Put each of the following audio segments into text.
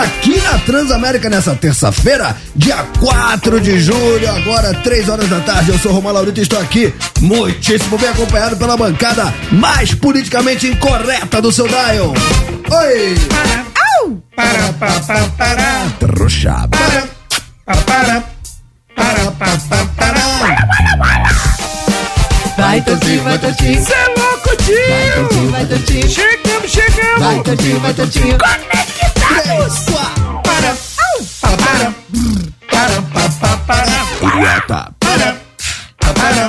aqui na Transamérica nessa terça-feira, dia 4 de julho, agora 3 horas da tarde. Eu sou Romão Laurito e estou aqui muitíssimo bem acompanhado pela bancada mais politicamente incorreta do seu Dion. Oi! Trouxa. Vai, Totinho, vai, Totinho. Cê é louco, tio! Vai, Totinho. Chegamos, chegamos! Vai, Totinho, vai, Totinho. Três, quatro, Para, para, para, para, para, para, Idiota. para,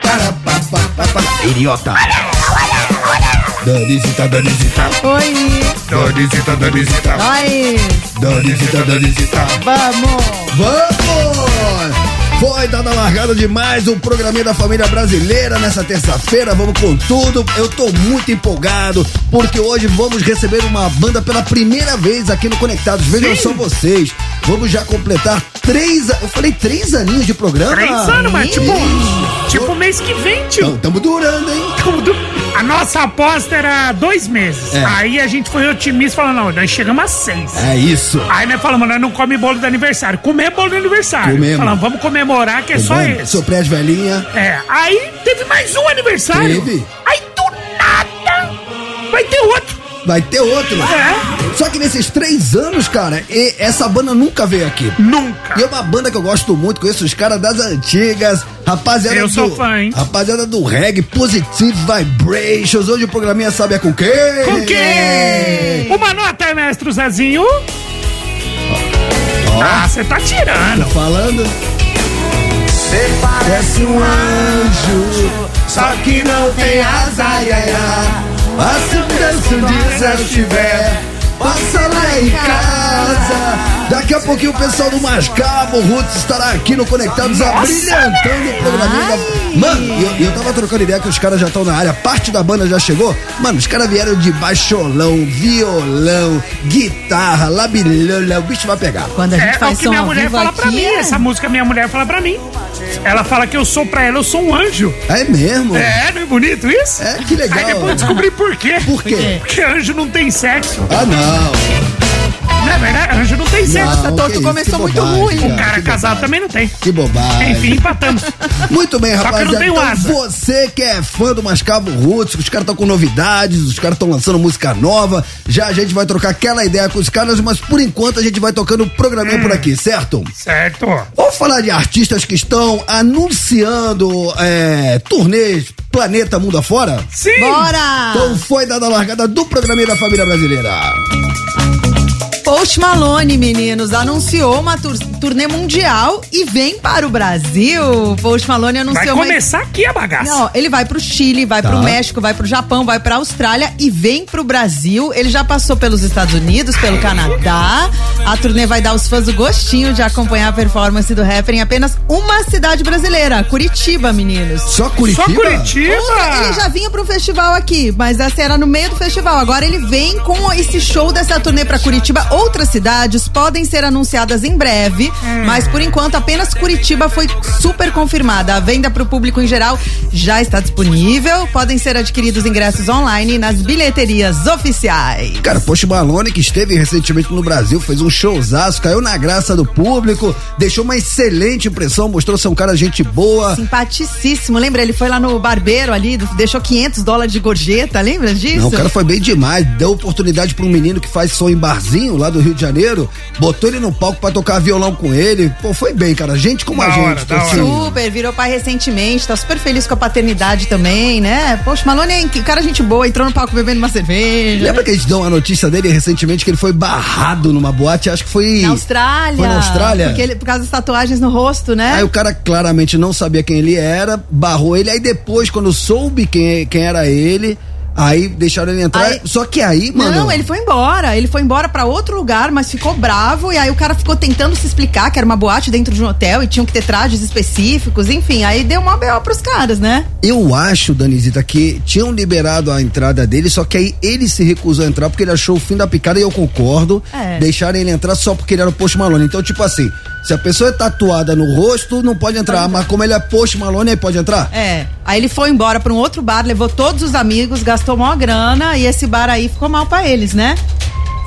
para, para, para. Idiota. Danisita, Danisita, Oi, Danisita, Danisita, nós. Danisita, Danisita. Vamos. Vamos! Foi dada a largada de mais um programinha da família brasileira nessa terça-feira. Vamos com tudo. Eu tô muito empolgado porque hoje vamos receber uma banda pela primeira vez aqui no Conectados. Vejam só vocês. Vamos já completar três. a- Eu falei três aninhos de programa? Três anos, mas tipo, Ih, tipo mês que vem, tio. Tamo, tamo durando, hein? Tudo. A nossa aposta era dois meses. É. Aí a gente foi otimista falando, não, nós chegamos a seis. É isso. Aí nós falamos, nós não come bolo do aniversário. Comer bolo do aniversário. Comemos. Falamos, vamos comemorar que é só Vamos, esse. Soprar as velhinhas. É, aí teve mais um aniversário. Teve. Aí do nada vai ter outro. Vai ter outro. É. Só que nesses três anos, cara, e- essa banda nunca veio aqui. Nunca. E é uma banda que eu gosto muito, conheço os caras das antigas, rapaziada Eu do... sou fã, hein? Rapaziada do reggae, Positive Vibrations, hoje o programinha sabe é com quem? Com quem? Uma nota, mestre Zezinho. Ah, você tá Tá tirando. falando? Você parece um anjo, só que não tem asa, ai, ai, ai. Mas se o preço de Zé tiver, passa lá em casa. Daqui a pouquinho o pessoal do Mascavo, o Roots, estará aqui no Conectados, abrilhantando o programinha. da- Mano, e eu, e eu tava trocando ideia que os caras já estão na área, parte da banda já chegou. Mano, os caras vieram de baixolão, violão, guitarra, labilola, o bicho vai pegar. Quando a gente É, é o faz que som minha ao mulher vivo fala pra aqui, mim. é- Essa música minha mulher fala pra mim. Ela fala que eu sou pra ela, eu sou um anjo. É mesmo? É, não é bonito isso? É, que legal. Aí depois eu descobri por quê. Por quê? Porque anjo não tem sexo. Ah, não. Não é verdade? Anjo não tem sexo. Não, Toto, que isso, começou que muito bobagem, ruim. O cara que casado também não tem. bo- Que bobagem. Enfim, empatamos. Muito bem, Só que eu não rapaziada. tenho Então, asa. você que é fã do Mascavo Roots, os caras estão com novidades, os caras estão lançando música nova. Já a gente vai trocar aquela ideia com os caras, mas por enquanto a gente vai tocando o programinha Hum. por aqui, certo? Certo. Vamos falar de artistas que estão anunciando é, turnês planeta mundo afora? Sim. Bora! Então foi dada a largada do programinha da família brasileira. Post Malone, meninos, anunciou uma tur- turnê mundial e vem para o Brasil. Post Malone Vai anunciou uma começar aqui a bagaça. Não, ele vai pro Chile, vai Tá. pro México, vai pro Japão, vai pra Austrália e vem pro Brasil. Ele já passou pelos Estados Unidos, pelo Canadá. A turnê vai dar aos fãs o gostinho de acompanhar a performance do rapper em apenas uma cidade brasileira, Curitiba, meninos. Só Curitiba? Só Curitiba. Puta, Ele já vinha pro festival aqui, mas essa era no meio do festival. Agora ele vem com esse show dessa turnê pra Curitiba. Outras cidades podem ser anunciadas em breve, mas por enquanto apenas Curitiba foi super confirmada. A venda pro público em geral já está disponível. Podem ser adquiridos ingressos online nas bilheterias oficiais. Cara, Post Malone, que esteve recentemente no Brasil, fez um showzaço, caiu na graça do público, deixou uma excelente impressão, mostrou ser um cara gente boa. Simpaticíssimo. Lembra? Ele foi lá no barbeiro ali, deixou 500 dólares de gorjeta. Lembra disso? Não, o cara foi bem demais, deu oportunidade pra um menino que faz som em barzinho lá do Rio de Janeiro, botou ele no palco pra tocar violão com ele. Pô, foi bem, cara. Gente como a Da gente, assim. hora, da torcida. Super, virou pai recentemente, tá super feliz com a paternidade também, né? Poxa, Malone é inc- cara gente boa, entrou no palco bebendo uma cerveja. Lembra que a gente deu uma notícia dele recentemente que ele foi barrado numa boate, acho que foi Na Austrália. Foi na Austrália? Ah, Porque ele- por causa das tatuagens no rosto, né? Aí o cara claramente não sabia quem ele era, barrou ele. Aí depois, quando soube quem, quem era ele, Aí deixaram ele entrar. Aí- Só que aí, mano. Não, ele foi embora. Ele foi embora pra outro lugar, mas ficou bravo. E aí o cara ficou tentando se explicar que era uma boate dentro de um hotel e tinham que ter trajes específicos, enfim. Aí deu uma B.O. pros caras, né? Eu acho, Danizita, que tinham liberado a entrada dele, só que aí ele se recusou a entrar porque ele achou o fim da picada e eu concordo. É. Deixaram ele entrar só porque ele era o Post Malone. Então, tipo assim, se a pessoa é tatuada no rosto, não pode entrar. Mas como ele é Post Malone, aí pode entrar? É. Aí ele foi embora pra um outro bar, levou todos os amigos, gastou mó grana e esse bar aí ficou mal pra eles, né?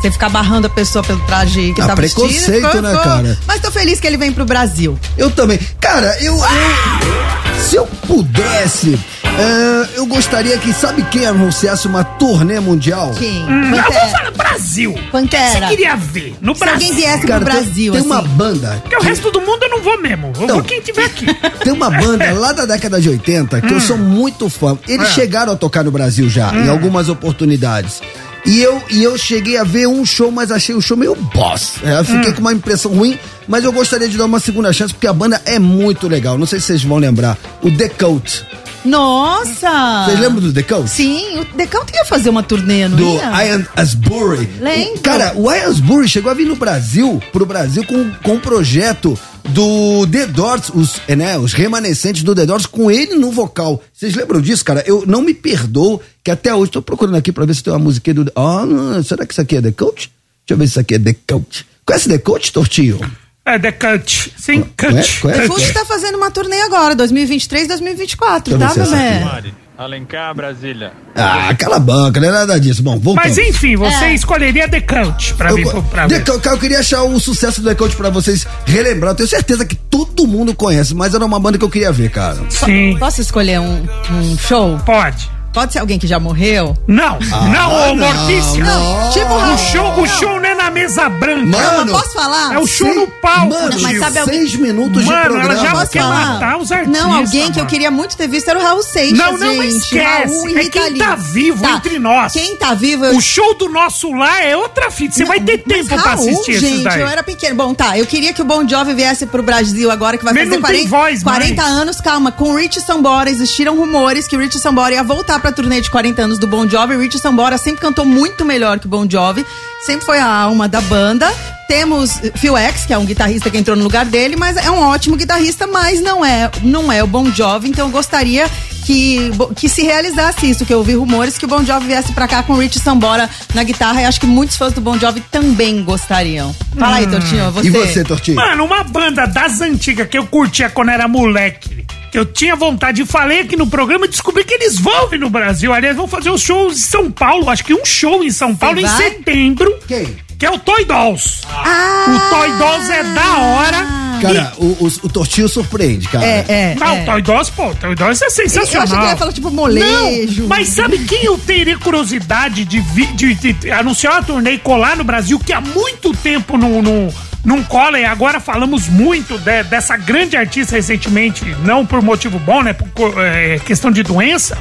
Você ficar barrando a pessoa pelo traje que Ah, tá vestindo. preconceito, ficou- né, ficou- cara? Mas tô feliz que ele vem pro Brasil. Eu também. Cara, eu. eu- se eu pudesse, é, eu gostaria que, sabe quem anunciasse uma turnê mundial? Quem? Hum, eu vou Pantera. falar Brasil. Pantera. Você queria ver no Se alguém Brasil. viesse Cara, pro tem- Brasil, tem, assim. uma banda. Porque o resto do mundo eu não vou mesmo. Eu Não. vou quem tiver aqui. Tem uma banda lá da década de 80 Hum. que eu sou muito fã. Eles É. chegaram a tocar no Brasil já, Hum. em algumas oportunidades. E eu, e eu cheguei a ver um show, mas achei o show meio boss. É, eu Hum. fiquei com uma impressão ruim, mas eu gostaria de dar uma segunda chance, porque a banda é muito legal. Não sei se vocês vão lembrar. O The Coat. Nossa! Vocês lembram do The Coat? Sim, o Decanto ia fazer uma turnê, não do ia? Ian Asbury. Lembro. O- Cara, o Ian Asbury chegou a vir no Brasil, pro Brasil, com, com um projeto do The Doors, os, é, né, os remanescentes do The Doors, com ele no vocal. Vocês lembram disso, cara? Eu não me perdoo, que até hoje, tô procurando aqui pra ver se tem uma musiquinha do... Ah, não, será que isso aqui é The Coach? Deixa eu ver se isso aqui é The Coach. Conhece The Coach, Tortinho? É, The Cut. Sem Cut. Qual é? O Qual é? Fute tá fazendo uma turnê agora, 2023, 2024, Deixa tá, eu ver se é bebê? essa Mari, Alencar, Brasília. Ah, cala a banca, não é nada disso. Bom, voltando. Mas enfim, você É. escolheria The Cut pra Eu, vir pro pra The ver. Coach, eu queria achar o sucesso do The Coach pra vocês relembrar. Eu tenho certeza que todo mundo conhece, mas era uma banda que eu queria ver, cara. Sim. Posso escolher um, um show? Pode. Pode ser alguém que já morreu? Não, não, não, ô Mortícia. não. Tipo o Raul. show, o show não é na mesa branca. Mano, Não, mas posso falar? É o show Sei- no palco, Mano, tio. mas sabe alguém- seis minutos de Mano, ela programa. já cara. Posso quer matar os artistas, Não, alguém que eu mano. queria muito ter visto era o Raul Seixas, Não, não, mas gente. esquece. Raul e É Rita quem tá Lee. vivo entre nós. Quem tá vivo... Eu... O show do nosso lar é outra fita. Você vai ter Mas tempo pra Raul, assistir gente, esses daí. eu era pequeno. Bom, tá, eu queria que o Bon Jovi viesse pro Brasil agora, que vai Mas fazer não 40, tem voz mais. 40 anos. Calma, com o Rich Sambora, existiram rumores que o Rich Sambora ia voltar pra turnê de 40 anos do Bon Jovi. O Rich Sambora sempre cantou muito melhor que o Bon Jovi, sempre foi a alma da banda. Temos eh, Phil X, que é um guitarrista que entrou no lugar dele, mas é um ótimo guitarrista, mas não é, não é o Bon Jovi, então eu gostaria que, bo- que se realizasse isso, que eu ouvi rumores que o Bon Jovi viesse pra cá com o Rich Sambora na guitarra e acho que muitos fãs do Bon Jovi também gostariam. Fala Hum. aí, Tortinho, você. E você, Tortinho? Mano, uma banda das antigas que eu curtia quando era moleque. Que eu tinha vontade, e falei aqui no programa e descobri que eles vão vir no Brasil. Aliás, vão fazer os shows em São Paulo. Acho que um show em São Paulo em vai? setembro. Quem? Que é o Toy Dolls. Ah! O Toy Dolls é da hora. Cara, o, o, o Tortinho surpreende, cara. É, é. Não, é. o Toy Dolls, pô, o Toy Dolls é Eu sensacional. achei que ele ia falar tipo molejo. Não, mas sabe quem eu teria curiosidade de, vi- de- de- de anunciar uma turnê e colar no Brasil que há muito tempo não, não, não cola e agora falamos muito de- dessa grande artista recentemente, não por motivo bom, né? Por, co- é, questão de doença.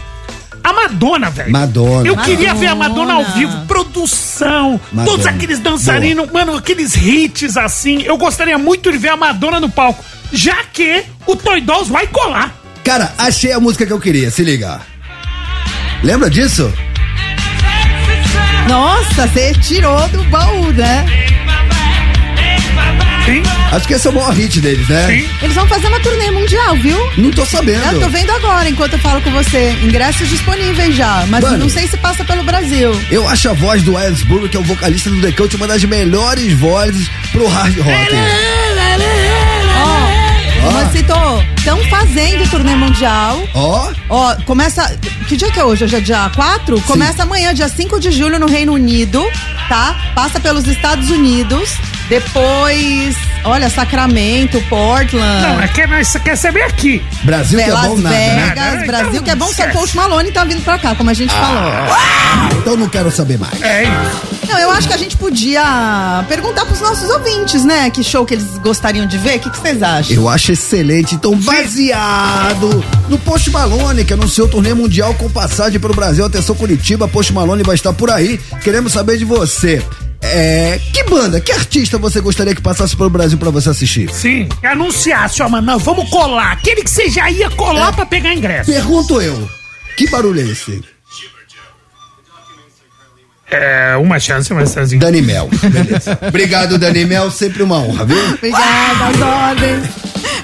A Madonna, velho. Madonna. Eu queria ver a Madonna ao Madonna. vivo. Produção, Madonna. todos aqueles dançarinos, mano, aqueles hits assim. Eu gostaria muito de ver a Madonna no palco. Já que o Toy Dolls vai colar. Cara, achei a música que eu queria, se liga. Lembra disso? Nossa, você tirou do baú, né? Sim, Acho que esse é o maior hit deles, né? sim. Eles vão fazer uma turnê mundial, viu? Não tô sabendo. Eu tô vendo agora, enquanto eu falo com você. Ingressos disponíveis já, mas Mano. não sei se passa pelo Brasil. Eu acho a voz do Asbury, que é o vocalista do The Cult, uma das melhores vozes pro hard rock. Ó, Ó. mas citou, estão fazendo turnê mundial. Ó, Ó, começa. Que dia que é hoje? Hoje é dia 4? Começa amanhã, dia 5 de julho, no Reino Unido, tá? Passa pelos Estados Unidos. Depois, olha, Sacramento, Portland. Não, é que nós quer saber aqui. Brasil que é Las bom nada, né? Vegas, né? Brasil, Então, que é bom, só que esquece. o Post Malone tá vindo pra cá, como a gente Ah. falou. Então não quero saber mais. É isso. Não, eu acho que a gente podia perguntar pros nossos ouvintes, né? Que show que eles gostariam de ver, o que que vocês acham? Eu acho excelente. Então, baseado no Post Malone, que anunciou turnê mundial com passagem pelo Brasil. Atenção, Curitiba, Post Malone vai estar por aí. Queremos saber de você. É, que banda, que artista você gostaria que passasse pelo Brasil pra você assistir? Sim. E Anunciasse, ó, mano, não, vamos colar. Aquele É. que você já ia colar pra pegar ingresso. Pergunto eu, que barulho é esse? É, uma chance, mas sozinho. Dani Mel. Beleza. Obrigado, Dani Mel. Sempre uma honra, viu? Obrigada, as ordens.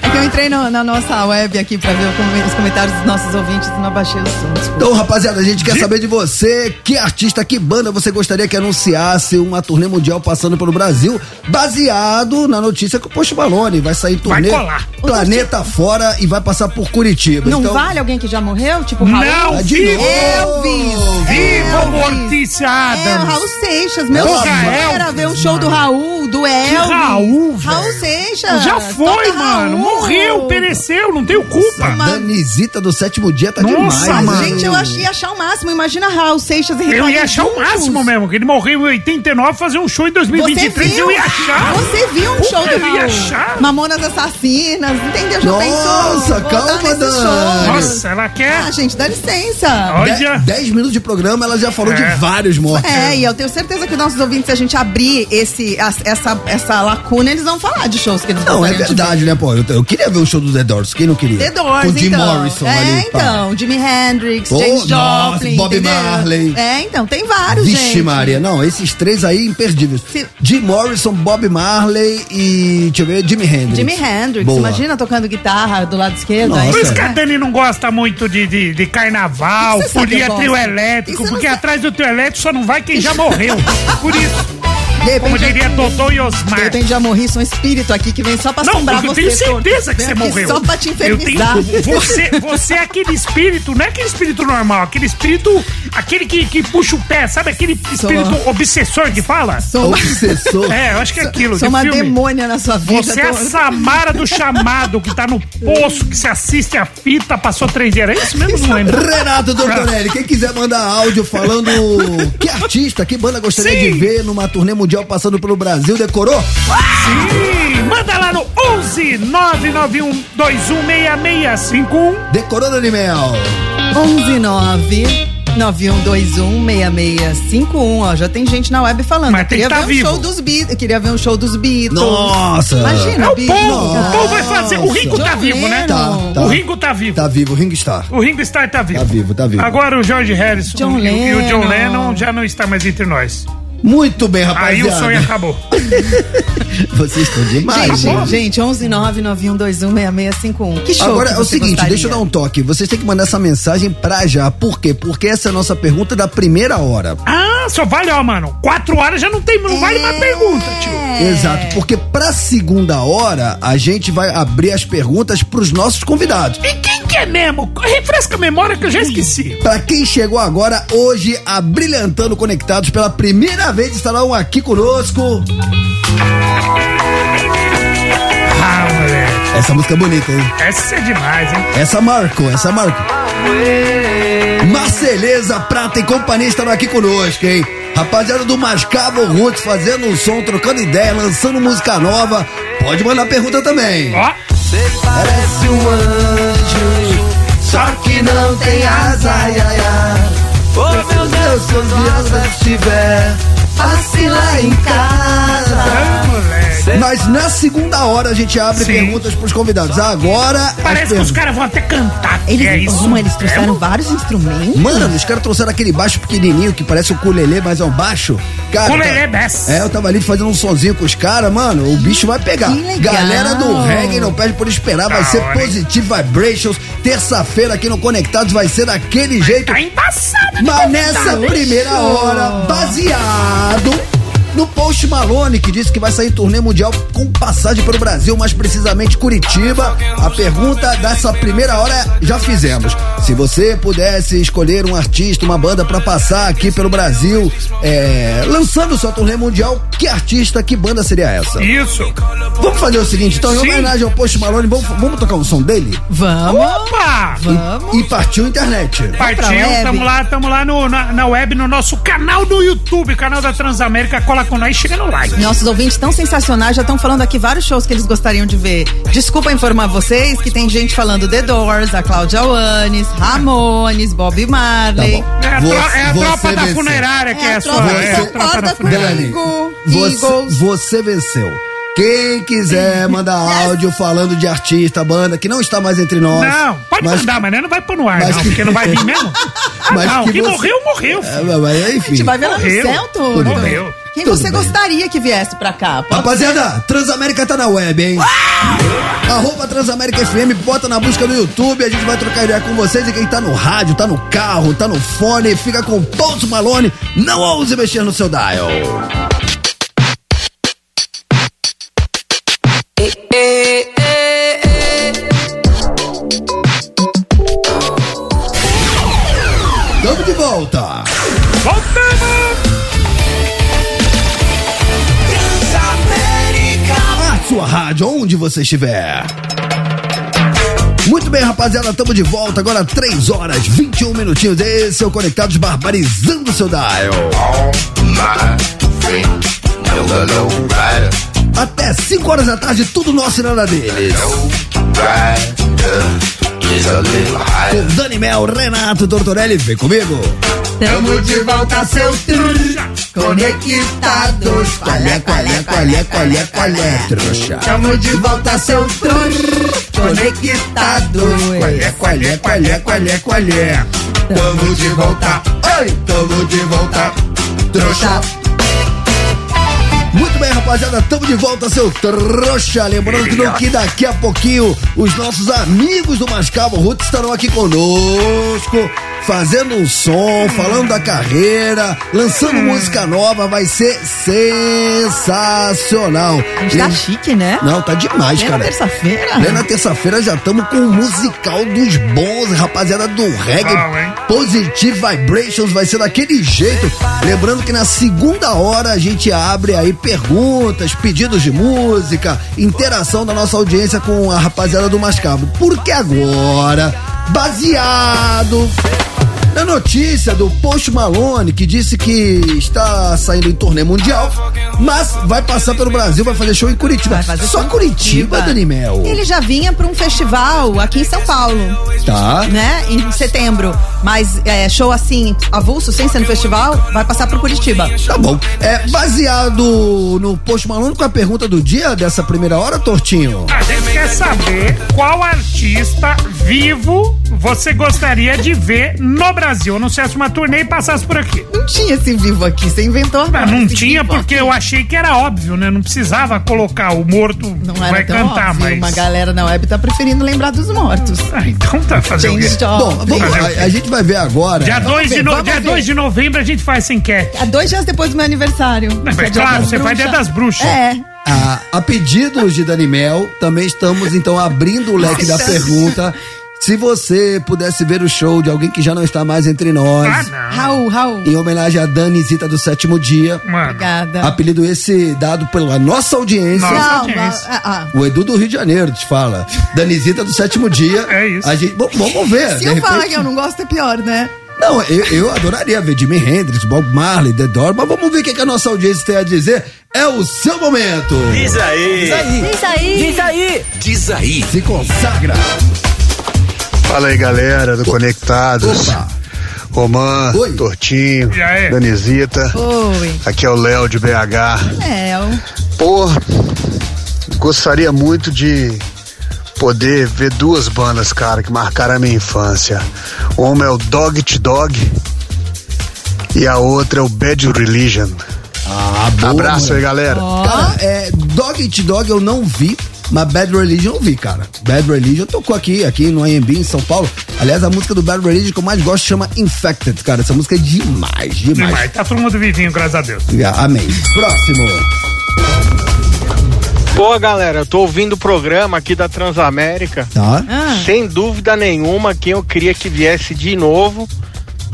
É que eu entrei no- na nossa web aqui pra ver o com- os comentários dos nossos ouvintes e não baixei os sons. Então, rapaziada, a gente quer saber de você. Que artista, que banda você gostaria que anunciasse uma turnê mundial passando pelo Brasil, baseado na notícia que o Post Malone vai sair em Vai turnê colar. planeta fora e vai passar por Curitiba. Não então, vale alguém que já morreu? Tipo, Raul? Não, Ah, de vivo! novo. Elvis. Viva Elvis. Mortícia É, o Raul Adams! Seixas, meu Nossa, Deus. Era Elvis, ver um show do Raul, do Elvis. Raul, velho. Raul Seixas. Já foi, Toca mano! Raul. Morreu, pereceu, não tenho culpa! A Danizita do sétimo dia tá Nossa, demais. mano. Gente, eu ach- ia achar o máximo. Imagina Raul Seixas e Eu Rita ia Lee achar o juntos. máximo mesmo, que ele morreu em 89, fazer um show em Você 2023, viu? eu ia achar! Você viu um Puta, show do eu ia Raul? achar. Mamonas Assassinas, entendeu? Já Nossa, pensou? Voltar calma, nesse Dani. show. Nossa, ela quer... Ah, gente, dá licença. De- Olha... Dez minutos de programa, ela já falou É. de vários mortos. É, e eu tenho certeza que nossos ouvintes, se a gente abrir esse, as- essa, essa lacuna, eles vão falar de shows que eles Não, é gostariam de ver. verdade, né, pô? Eu, eu queria ver o show do The Doors, quem não queria? The Doors, Com o Jim então. Morrison é, ali. pá. então, Jimi Hendrix, Oh, James nossa, Joplin, Bob entendeu? Marley. É, então, tem vários, Vixe gente. Maria, não, esses três aí imperdíveis. Se- Jim Morrison, Bob Marley e, deixa eu ver, Jimi Hendrix. Jimi Hendrix, Boa. imagina tocando guitarra do lado esquerdo. Nossa. aí. Por isso que a Dani não gosta muito de, de, de Você sabe que eu carnaval, folia gosto. trio Isso elétrico, não porque sa- atrás do trio elétrico só não vai quem já morreu. Por isso, De repente como eu- diria Dodô e De Osmar. repente já morri, sou um espírito aqui que vem só pra Não, assombrar porque eu você. tenho certeza todo. que você Vem aqui morreu. Só pra te eu infernizar. tenho, você, você é aquele espírito, não é aquele espírito normal, aquele espírito, aquele que, que puxa o pé, sabe? Aquele espírito obsessor que fala? Sou, uma- Obsessor. É, eu acho que é aquilo. sou de uma filme. demônia na sua vida. Você é a tô- Samara do chamado que tá no poço, que se assiste a fita, passou três dias. É isso mesmo? Não lembro. Renato Dortonelli, quem quiser mandar áudio falando que artista, que banda gostaria Sim. de ver numa turnê mundial passando pelo Brasil, decorou? Sim, manda lá no 11 991 216651. Decorou, Danimel. 11 9 91216651, ó, já tem gente na web falando. Mas eu tem queria que tá ver vivo. um show dos Beatles, eu queria ver um show dos Beatles. Nossa. Imagina, É o Beatles. povo, o povo vai fazer. O Ringo tá John vivo, né? Lennon. Tá, tá. O Ringo tá vivo. Tá vivo, o Ringo está. O Ringo Starr tá vivo. Tá vivo, tá vivo. Agora o George Harrison John e, o- e o John Lennon. Lennon já não está mais entre nós. Muito bem, Aí rapaziada. o sonho acabou. Vocês estão demais, Gente, gente. gente, 11 9 91216651. Que show. Agora que é o você seguinte, gostaria? deixa eu dar um toque. Vocês têm que mandar essa mensagem pra já. Por quê? Porque essa é a nossa pergunta da primeira hora. Ah, só vale, ó, mano. Quatro horas já não tem, não vale mais pergunta, tio. É. Exato, porque pra segunda hora a gente vai abrir as perguntas pros nossos convidados. E quem que é mesmo? Refresca a memória que eu já esqueci. Pra quem chegou agora, hoje, a Brilhantando Conectados, pela primeira vez estarão aqui conosco. Ah, moleque. Essa música é bonita, hein? Essa é demais, hein? Essa marcou, essa marcou. Marceleza, Prata e Companhia estarão aqui conosco, hein? Rapaziada do Mascavo Roots fazendo um som, trocando ideia, lançando música nova. Pode mandar pergunta também. Ó, Parece um Tá. anjo, só que não tem asa, ai, ai, ai. Oh meu Deus, se as asas estiver, passe lá em casa. ah, moleque. Mas na segunda hora a gente abre Sim. perguntas pros convidados. Agora. as Parece que os perguntas. caras vão até cantar. Eles, é isso. Como eles trouxeram vários instrumentos. Mano, os caras trouxeram aquele baixo pequenininho que parece um culelê, mas é um baixo. Cara, Ukulele tá- desce. É, eu tava ali fazendo um sonzinho com os caras, mano. O bicho vai pegar. Que legal. Galera do reggae, não perde por esperar. Vai Da ser hora, hein? Positive Vibrations. Terça-feira aqui no Conectados vai ser daquele jeito. Tá embaçado. de Mas convidado, nessa hein? primeira hora, baseado no Post Malone, que disse que vai sair em turnê mundial com passagem pelo Brasil, mais precisamente Curitiba, a pergunta dessa primeira hora é, já fizemos. Se você pudesse escolher um artista, uma banda pra passar aqui pelo Brasil, é, lançando sua turnê mundial, que artista, que banda seria essa? Isso. Vamos fazer o seguinte, então, em Sim. homenagem ao Post Malone, vamos, vamos tocar um som dele? Vamos. Opa! Vamos. E partiu a internet. pra Partiu, web. tamo lá, tamo lá no, na, na web, no nosso canal do YouTube, canal da Transamérica, cola com nós, chega no like. Nossos ouvintes tão sensacionais já estão falando aqui vários shows que eles gostariam de ver. Desculpa informar vocês que tem gente falando The Doors, a Cláudia Oanes, Ramones, Bob Marley. Tá bom. É a, tro- Você- é a você tropa da venceu. funerária que é a sua. tropa é a que tropa da concorda funerária. Dani, Comigo, você, Eagles. você venceu. Quem quiser mandar áudio falando de artista, banda que não está mais entre nós. Não, pode mas mandar, mas né, não vai pôr no ar, mas- não, porque não vai vir mesmo. Ah, não, que morreu, morreu, É, mas- mas, enfim. A gente vai ver lá no Morreu. céu, Tudo. Morreu. Quem Tudo você bem. gostaria que viesse pra cá? Pode Rapaziada, Transamérica tá na web, hein? Arroba Transamérica FM, bota na busca no YouTube, a gente vai trocar ideia com vocês e quem tá no rádio, tá no carro, tá no fone, fica com todos Malone, não ouse mexer no seu dial. É, Tamo de volta. Voltamos! A sua rádio, onde você estiver. Muito bem, rapaziada, estamos de volta agora, 3 horas 21 minutinhos. Esse é o Conectados Barbarizando o seu Dial. Até 5 horas da tarde, tudo nosso e nada deles. Com Dani Mel, Renato Tortorelli, vem comigo. Tamo de volta, seu truja. Conectados, é, colé, colé, colé, colé, colé, trouxa. Tamo de volta, seu truja. Qual é, qual é, qual é, qual é, qual é? Tamo de volta, oi, tamo de volta, trouxa. Muito bem, rapaziada, tamo de volta, seu trouxa. Lembrando que, que daqui a pouquinho os nossos amigos do Mascavo Roots estarão aqui conosco, fazendo um som, falando da carreira, lançando música nova, vai ser sensacional. A gente tá chique, né? Não, tá demais, Plena cara. terça-feira? Plena terça-feira já estamos com o musical dos bons, rapaziada do reggae. Bom, hein? Positive Vibrations vai ser daquele jeito. Lembrando que na segunda hora a gente abre aí perguntas, pedidos de música, interação da nossa audiência com a rapaziada do Mascavo. Porque agora, baseado na notícia do Post Malone, que disse que está saindo em turnê mundial, mas vai passar pelo Brasil, vai fazer show em Curitiba. Vai fazer Só show em Curitiba, Curitiba. Dani Mel. Ele já vinha pra um festival aqui em São Paulo. Tá. né, em setembro. Mas é, show assim, avulso, sem ser no festival, vai passar pro Curitiba. Tá bom. É, baseado no Post Malone, com a pergunta do dia dessa primeira hora, Tortinho? A gente quer saber qual artista vivo você gostaria de ver no Brasil. Anunciasse uma turnê e passasse por aqui. Não tinha esse vivo aqui, você inventou. Ah, agora Não esse tinha, vivo porque aqui. eu achei que era óbvio, né? Não precisava colocar o morto Não era vai tão cantar, óbvio. Uma mas. galera na web tá preferindo lembrar dos mortos. Ah, então tá fazendo. Gente, ó, Bom, vamos, Fazer o quê? a, a gente vai ver agora. Dia 2 de, ver, no- vamos dia ver. dois de novembro a gente faz essa enquete. há É, dois dias depois do meu aniversário. Mas, que é Dia claro, das você faz Bruxas. Dia das Bruxas. É. A, a pedidos de Dani Mel, também estamos então abrindo o leque da pergunta. Se você pudesse ver o show de alguém que já não está mais entre Ah, nós, não. Raul, Raul. em homenagem a Dani Zita do sétimo dia, Mano. Obrigada. apelido esse dado pela nossa audiência. Nossa. é Não, audiência. ah, ah. O Edu do Rio de Janeiro te fala. Danizita do sétimo dia. É isso. A gente, bom, vamos ver. Se de eu repente- falar que eu não gosto, é pior, né? Não, eu, eu adoraria ver Jimi Hendrix, Bob Marley, The Doors, mas vamos ver o que, que a nossa audiência tem a dizer. É o seu momento. Diz aí. Diz aí. Diz aí. Diz aí. Se consagra. Fala aí, galera do Conectados. Opa. Roman, Oi. Tortinho, E aí? Danizita. Oi. Aqui é o Léo de BH. É, o- Pô, gostaria muito de poder ver duas bandas, cara, que marcaram a minha infância. Uma é o Dog to Dog e a outra é o Bad Religion. Ah, boa. Abraço mano. aí, galera. Cara, é, Dog Eat Dog eu não vi, mas Bad Religion eu vi, cara. Bad Religion tocou aqui, aqui no AMB, em São Paulo. Aliás, a música do Bad Religion que eu mais gosto chama Infected, cara. Essa música é demais, demais. Demais. Tá todo mundo vivinho, graças a Deus. Amém. Próximo. Pô, galera, eu tô ouvindo o programa aqui da Transamérica. Tá? ah, Sem dúvida nenhuma, quem eu queria que viesse de novo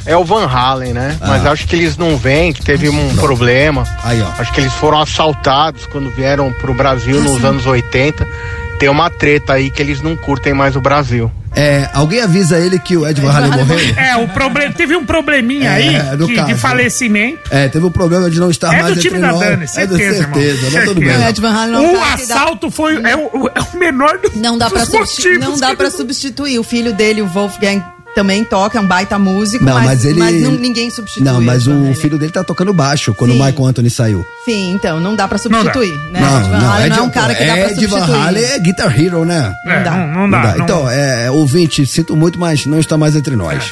é o Van Halen, né? Mas acho que eles não vêm, que teve um problema. Ah. Aí, ó. Acho que eles foram assaltados quando vieram pro Brasil nos anos 80. Tem uma treta aí que eles não curtem mais o Brasil. É, alguém avisa ele que o Ed Van Halen morreu? É, o problema. Teve um probleminha É, aí no de, caso. de falecimento. É, teve um problema de não estar É mais do time entre da nós. Dani, é do certeza, irmão. certeza, mas tudo bem. o Ed Van Halen não o tá aqui, dá- assalto foi é o, é o menor do, Não dá dos pra substituir, motivos não dá que- para substituir. O filho dele, o Wolfgang, também toca, é um baita músico, Não, mas, mas, ele. não- ninguém substitui. Não, mas o Van o Halen. filho dele tá tocando baixo quando né? Sim. o Michael Anthony saiu. Sim, então não dá pra substituir, né? não, Ed Van não, Halen Ed, não é um cara que dá pra Ed substituir. Van Halen é Guitar Hero, né? É, não, dá. não, dá. não- Então, é, ouvinte, sinto muito, mas não está mais entre nós.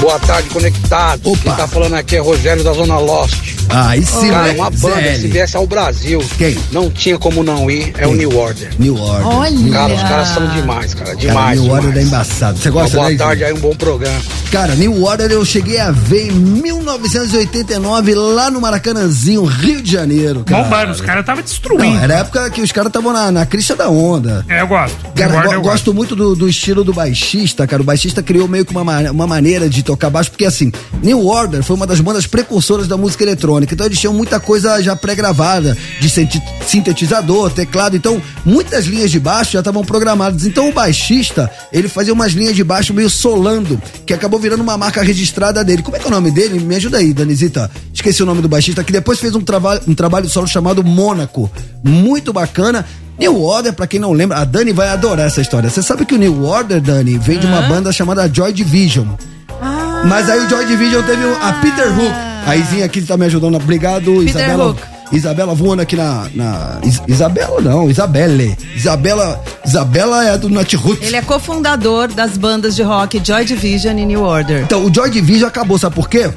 Boa tarde, conectado. Opa. Quem tá falando aqui é Rogério da Zona Lost. Aí sim, Cara, né? uma banda, se ZL. viesse ao Brasil, Quem? não tinha como não ir, é o Quem? New Order. New Order. Olha. Cara, os caras são demais, cara. Demais. New Order é demais. embaçado. Você Uma gosta boa né, tarde Júlio? aí, um bom programa. Cara, New Order eu cheguei a ver em 1989 lá no Maracanãzinho, Rio de Janeiro, cara. Bombando, os caras tava Não, destruindo. era a época que os caras estavam na, na crista da onda. É, eu gosto. Cara, Guarda, go- eu gosto muito do, do estilo do baixista, cara. O baixista criou meio que uma, ma- uma maneira de tocar baixo, porque assim, New Order foi uma das bandas precursoras da música eletrônica. Então eles tinham muita coisa já pré-gravada, de sinti- sintetizador, teclado. Então, muitas linhas de baixo já estavam programadas. Então o baixista, ele fazia umas linhas de baixo meio solando, que acabou virando uma marca registrada dele. Como é que é o nome dele? Me ajuda aí, Danizita. Esqueci o nome do baixista, que depois fez um, trava- um trabalho solo chamado Mônaco. Muito bacana. New Order, pra quem não lembra, a Dani vai adorar essa história. Você sabe que o New Order, Dani, vem de uma banda chamada Joy Division. Mas aí o Joy Division teve o- a Peter Hook. A Izinha aqui tá me ajudando. Obrigado, Isabela. Hook. Isabela voando aqui na. na- Is- Isabela não, Isabelle. Isabela. Isabela é do Nat Roots. Ele é cofundador das bandas de rock Joy Division e New Order. Então, o Joy Division acabou, sabe por quê?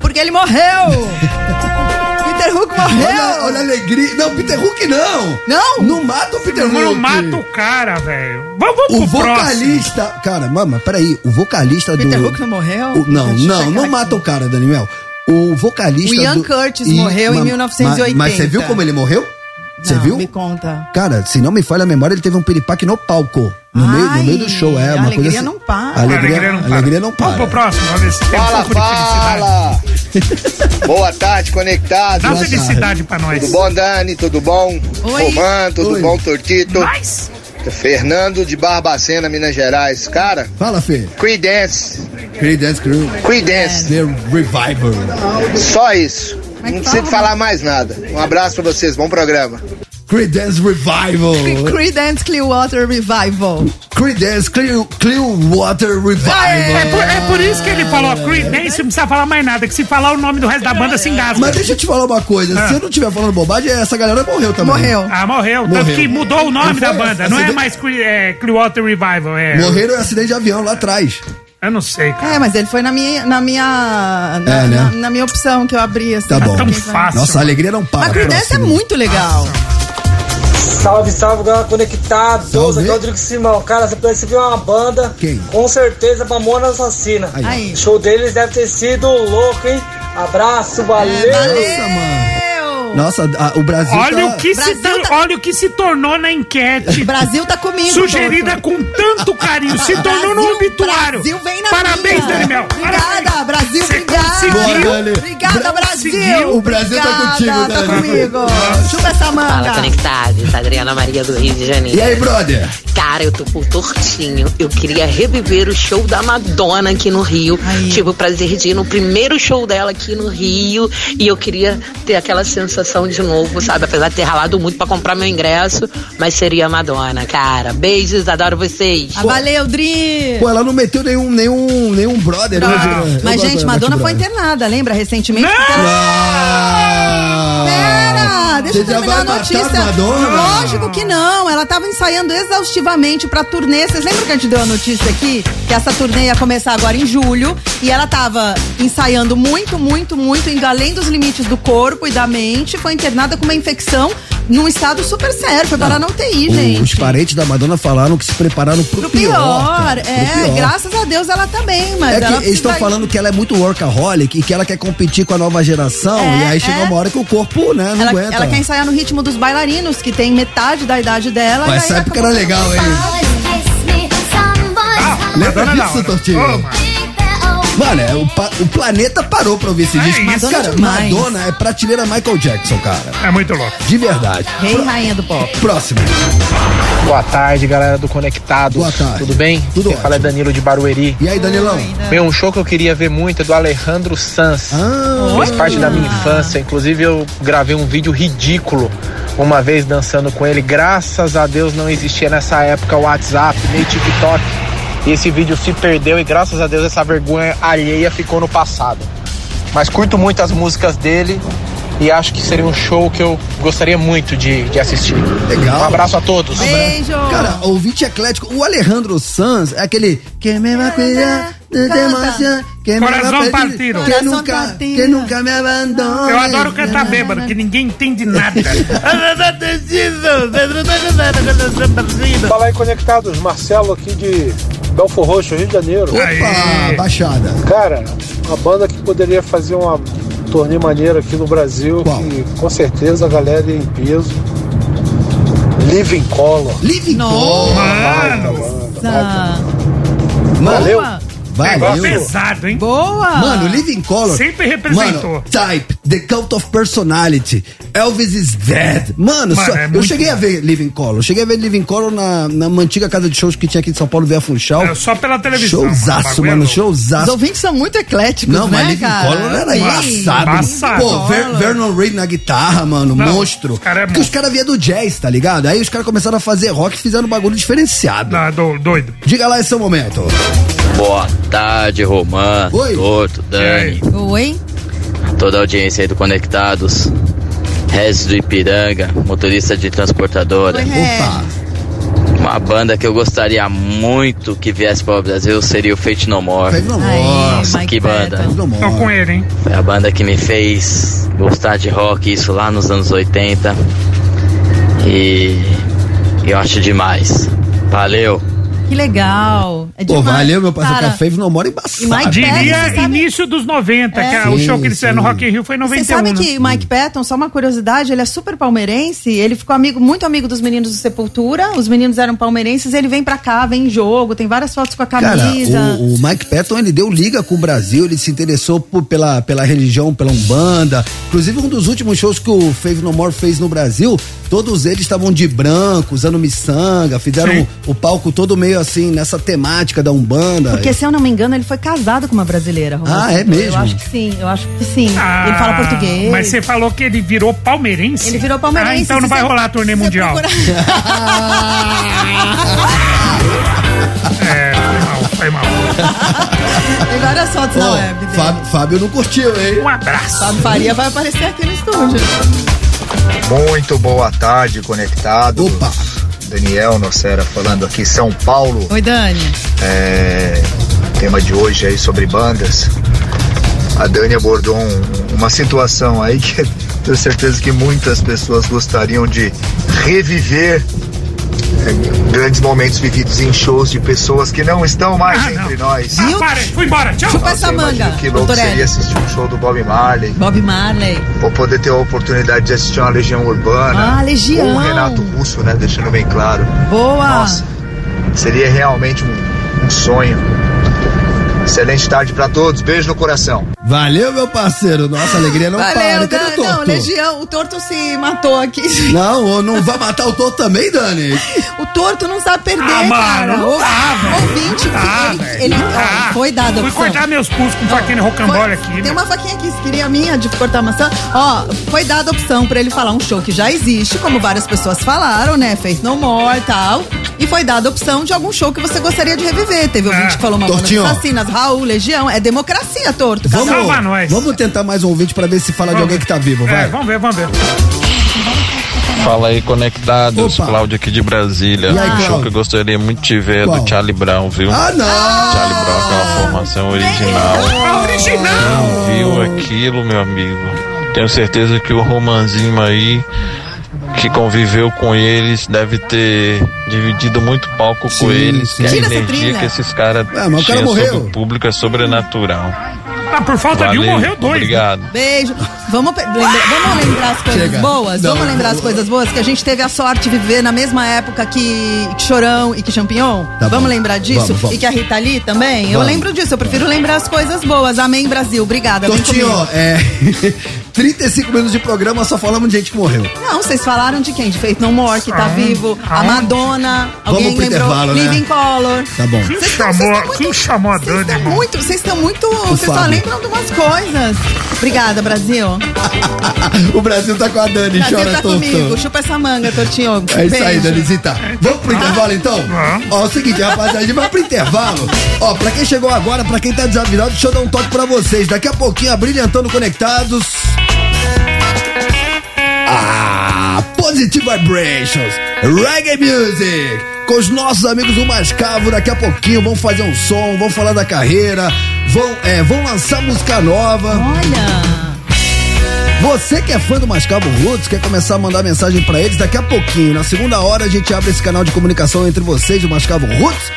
Porque ele morreu! Peter Hook morreu! Olha, olha a alegria. Não, Peter Hook não! Não? Não mata o Peter Hook! Não mata o cara, velho. Vamos, vamos O pro próximo. vocalista. Cara, mama, peraí. O vocalista Peter do. Hook não morreu? O- não, Deixa eu não, checar não aqui. mata o cara, Daniel. O vocalista. O Ian do- Curtis morreu em ma- 1980. Mas você viu como ele morreu? Você Não, viu? Me conta. Cara, se não me falha a memória, ele teve um piripaque no palco. No, Ai, meio, no meio do show, é. a uma alegria coisa assim. não para. Alegria, alegria não Vamos pro para. próximo, vamos ver se tem um Fala, pouco de felicidade. fala! Boa tarde, Dá conectados! felicidade pra nós. Tudo bom, Dani? Tudo bom? Oi. Roman, tudo Oi. bom, Tortito? Mas, Fernando de Barbacena, Minas Gerais. Cara, Fala, Fê. Creedence, Pretty Dance Crew. Creedence, The Revival. só isso. Mas Não precisa fala. falar mais nada. Um abraço pra vocês, bom programa. Creedence Revival. Creedence Clearwater Revival. Creedence Clear, Clearwater Revival. é por, é por isso que ele falou Creedence, não precisa falar mais nada, que se falar o nome do resto da banda se engasga. Mas deixa eu te falar uma coisa. Ah. Se eu não estiver falando bobagem, essa galera morreu também. Morreu. Ah, morreu. Tanto Morreu. que mudou o nome Não da foi? banda. Não é Acidente- mais Cre- é, Clearwater Revival. É, Morreram em acidente de avião lá atrás. Eu não sei, cara. É, mas ele foi na minha. Na minha, na, É, né? na- na minha opção que eu abri assim. Tá bom. tão fácil. Nossa, a alegria não para. A Creedence é Próximo. muito legal. Salve, salve, galera conectados. Salve. Aqui é o Rodrigo Simão. Cara, você precisa ver uma banda. Quem? Com certeza, Mamona Assassina. Aí. Aí. O show deles deve ter sido louco, hein? É, Abraço, valeu. Nossa, mano. Meu! Nossa, a- o Brasil Olha tá... o, que se Brasil tor- tá- olha o que se tornou na O enquete. Brasil tá comigo. Sugerida Toto. com tanto carinho, se tornou no Brasil, obituário. Brasil, vem na Parabéns, minha. Daniel. Obrigada, Brasil, Você obrigada. conseguiu. Boa, Dani. Obrigada, Bra- Brasil. conseguiu. O Brasil tá Obrigada, contigo, Tá Dani. comigo. Chupa essa Fala manga. conectados, Adriana Maria do Rio de Janeiro. E aí, brother? Cara, eu tô com um tortinho. Eu queria reviver o show da Madonna aqui no Rio. Aí. Tive o prazer de ir no primeiro show dela aqui no Rio. E eu queria ter aquela sensação de novo, sabe? Apesar de ter ralado muito pra comprar meu ingresso, mas seria a Madonna, cara. Beijos, adoro vocês. Ah, valeu, Dri. Pô, ela não meteu nenhum, nenhum, nenhum brother. Não. hoje, né? Eu Mas, gosto gente, da Madonna Nath foi Brother. internada, lembra? Recentemente. Não! porque ela- Ah! Pera, deixa Você eu já vai terminar a matar notícia. Madonna? Lógico que não, ela tava ensaiando exaustivamente pra turnê. Vocês lembram que a gente deu a notícia aqui? Que essa turnê ia começar agora em julho. E ela tava ensaiando muito, muito, muito, indo além dos limites do corpo e da mente. Foi internada com uma infecção num estado super sério. Foi parar na UTI, gente. O- Os parentes da Madonna falaram que se prepararam pro, Pro pior, pior. cara, pro é, pior. graças a Deus ela tá bem, mas É que ela eles estão vai- falando que ela é muito workaholic e que ela quer competir com a nova geração. É, e aí chega é. uma hora que o corpo, né, não Ela, aguenta. ela quer ensaiar no ritmo dos bailarinos, que tem metade da idade dela. Pô, e essa aí época acabou- era legal, hein? Lembra Madonna não. disso, Né? né? Tortinho? Ô, mano. Mano, é, o, pa- o planeta parou pra ouvir esse disco. É isso. cara, demais. Madonna é prateleira Michael Jackson, cara. É muito louco. De verdade. Rei e rainha do pop. Próximo. Boa tarde, galera do Conectados. Boa tarde. Tudo bem? Tudo Quem fala é ótimo. Danilo de Barueri. E aí, Danilão? Meu, um show que eu queria ver muito é do Alejandro Sanz. Ah, Fez parte da minha infância. Inclusive, eu gravei um vídeo ridículo uma vez dançando com ele. Graças a Deus não existia nessa época o WhatsApp, nem TikTok. E esse vídeo se perdeu e graças a Deus essa vergonha alheia ficou no passado. Mas curto muito as músicas dele e acho que seria um show que eu gostaria muito de, de assistir. Legal. Um abraço a todos. Beijo! cara, ouvinte eclético. O Alejandro Sanz é aquele. Que me vai cuidar, de Canta. demasiado, Quem me Coração abandone- partido. Quem Coração nunca, partido. quem nunca me abandona. Eu adoro cantar bêbado, que ninguém entende nada. Fala aí, Tá conectados. Marcelo aqui de Belfor Roxo, Rio de Janeiro. Opa, baixada. Cara, uma banda que poderia fazer uma turnê maneira aqui no Brasil, que com certeza a galera ia em peso. Living Color. Living Color. Valeu. Boa. Valeu. Pesado, hein? Boa! Mano, Living Color. Sempre representou. Mano, type, The Cult of Personality. Elvis is Dead. Mano, Mano, só- é eu muito cheguei a ver Living Color. Eu Cheguei a ver Living Color na, na uma antiga casa de shows que tinha aqui de São Paulo, Via Funchal. É, só pela televisão, Showzaço, mano, bagulho. mano. é Os Showzaço. ouvintes são muito ecléticos, Não, né, mas Living cara? Color era Sim. embaçado. Pô, Ver- Vernon Reid na guitarra, mano, Não, monstro. os cara é Porque os caras vinham do jazz, tá ligado? Aí os caras começaram a fazer rock e fizeram um bagulho diferenciado. Ah, do- doido. Diga lá esse seu momento. Boa tarde, Romã, Oi. Torto, Dani, Oi? toda a audiência aí do Conectados, Regis do Ipiranga, motorista de transportadora. Uma banda que eu gostaria muito que viesse para o Brasil seria o Fate No More. Fate No More. Nossa, que banda. Tô com ele, hein? Foi a banda que me fez gostar de rock, isso lá nos anos 80. E eu acho demais. Valeu! Que legal. É Pô, demais, valeu, meu parceiro. cara. Café não mora embaçado. E Mike Patton, Diria você sabe- início dos 90, que a- o É. Sim, show que eles fizeram no Rock in Rio foi em Você 91. sabe né? que Mike Patton, só uma curiosidade, ele é super palmeirense, ele ficou amigo, muito amigo dos meninos do Sepultura, os meninos eram palmeirenses, ele vem pra cá, vem em jogo, tem várias fotos com a Cara, camisa. o, o Mike Patton, ele deu liga com o Brasil, ele se interessou por- pela, pela religião, pela Umbanda. Inclusive, um dos últimos shows que o Fave No More fez no Brasil, todos eles estavam de branco, usando miçanga, fizeram Sim. o palco todo meio assim, nessa temática da Umbanda. Porque, se eu não me engano, ele foi casado com uma brasileira. Romulo. Ah, é mesmo? Eu acho que sim, eu acho que sim. Ah, ele fala português. Mas você falou que ele virou palmeirense? Ele virou palmeirense, Ah, então se não vai você- rolar a turnê mundial. é, foi mal, foi mal. Tem várias fotos na Ó, web. dele. é Fábio, Fábio não curtiu, hein? Um abraço. Fábio é? Faria vai aparecer aqui no estúdio. Muito boa tarde, conectado. Opa! Daniel Nocera falando aqui, São Paulo. Oi, Dani. É, tema de hoje aí sobre bandas. A Dani abordou um- uma situação aí que tenho certeza que muitas pessoas gostariam de reviver é, grandes momentos vividos em shows de pessoas que não estão mais entre nós. Ah, para, fui embora, tchau. Chupa essa eu imagino manga, Que louco Torelli. seria assistir um show do Bob Marley. Ah, Bob Marley. Ou poder ter a oportunidade de assistir uma Legião Urbana. Ah, Legião. Ou o Renato Russo, né? Deixando bem claro. Boa. Seria realmente um, um sonho. Excelente tarde pra todos. Beijo no coração. Valeu, meu parceiro. Nossa, a alegria não para. Valeu, Dan. Cadê o Não, né, Torto? Legião, o Torto se matou aqui. Não, ô, não vai matar o Torto também, Dani? O Torto não sabe perder, Ah, cara. mano, não Ô, dá, velho. ouvinte, Tá, que velho. ele, ele Tá. ó, foi dado a Fui opção. cortar meus pulsos com faquinha de rocambole aqui. né? Tem uma faquinha aqui, se queria a minha de cortar maçã. Ó, foi dada a opção pra ele falar um show que já existe, como várias pessoas falaram, né? Fez No More e tal. E foi dada a opção de algum show que você gostaria de reviver. Ah, Teve um ouvinte que falou uma Tortinho. banda de assassinas, Raul, Legião. É democracia, torto. Vamos, casal. vamos tentar mais um ouvinte pra ver se fala de alguém que tá vivo, vai. É, vamos ver, vamos ver. Fala aí, conectados. Opa. Cláudio aqui de Brasília. E aí, o show Cláudio? que eu gostaria muito de ver é Qual? do Charlie Brown, viu? Ah, não! Charlie Brown, aquela formação original. A original! Viu aquilo, meu amigo? Tenho certeza que o Romanzinho aí, que conviveu com eles, deve ter dividido muito palco Sim, com eles. sim. Que a Tira essa energia trilha. que esses caras Ah, mas o cara tinham sobre morreu. o público é sobrenatural. Ah, por falta de um, morreu dois. Obrigado. Beijo. Vamos, pe- lembra- vamos lembrar as coisas Chega. boas? Não. Vamos lembrar as coisas boas? Que a gente teve a sorte de viver na mesma época que Chorão e que Champignon? Tá vamos bom. lembrar disso? Vamos, vamos. E que a Rita Lee também? Eu Vamos. lembro disso, eu prefiro lembrar as coisas boas. Amém, Brasil. Obrigada. vem Tortinho, comigo. é. 35 minutos de programa, só falamos de gente que morreu. Não, vocês falaram de quem? De Faith No More, que tá vivo. A Madonna. Vamos Alguém pro lembrou? intervalo, né? Living Color. Tá bom. Quem chamou, quem chamou a Dani, irmão? Muito, vocês estão muito. Vocês só Fábio. lembram de umas coisas. Obrigada, Brasil. o Brasil tá com a Dani, Brasil chora tá torto. comigo. Chupa essa manga, Tortinho. É isso aí, Beijo. Danizita. Vamos pro intervalo então? Ó, é o seguinte, rapaziada, a gente vai pro intervalo. Ó, pra quem chegou agora, pra quem tá desavisado, deixa eu dar um toque pra vocês. Daqui a pouquinho, a Brilhantando Conectados. Ah, Positive Vibrations, Reggae Music. Com os nossos amigos do Mascavo, daqui a pouquinho vão fazer um som, vão falar da carreira, vão, é, vão lançar música nova. Olha! Você que é fã do Mascavo Roots, quer começar a mandar mensagem pra eles daqui a pouquinho. Na segunda hora a gente abre esse canal de comunicação entre vocês e o Mascavo Roots.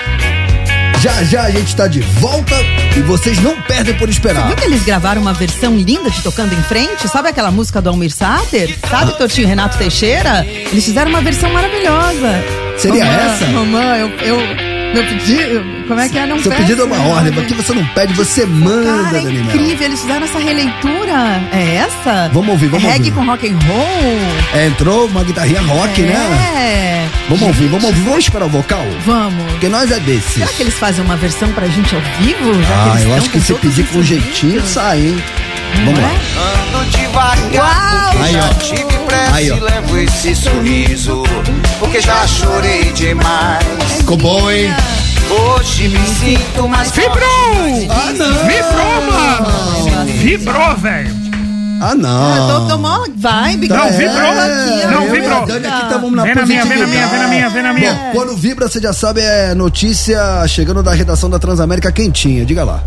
Já já a gente tá de volta e vocês não perdem por Você esperar. viu que eles gravaram uma versão linda de Tocando em Frente? Sabe aquela música do Almir Sater? Sabe, Totinho Renato Teixeira? Eles fizeram uma versão maravilhosa. Seria Mamã, essa? Mamã, eu, eu, meu pedido. Como é que é? Não Seu peço, pedido é uma né? ordem, aqui você não pede, você manda, Cara, é Danimel. incrível, eles fizeram essa releitura. É essa? É Vamos ouvir, vamos Reggae ouvir. com rock and roll. É, entrou uma guitarrinha rock, é. né? Vamos ouvir, vamos ouvir, vamos esperar o vocal? Vamos. Porque nós é desses. Será que eles fazem uma versão pra gente ao vivo? Já Ah, eles eu estão acho que com se todos pedir os com jeitinho sai, hein? é? Vamos lá. Ando devagar, porque Aí, ó. já tive pressa Aí, ó. e levo esse sorriso, porque já chorei demais. Ficou bom, hein? Hoje me sinto mais Vibrou! Ah, não! Vibrou, mano! Vibrou, velho! Ah, não. Tô, tô mó vibe. Não, cara. vibrou. Aqui, ó. Não, eu vibrou. e a Dani aqui estamos na Vem na minha, vem na minha, vem na minha, vem na minha. Bom, quando vibra, você já sabe, é notícia chegando da redação da Transamérica quentinha. Diga lá.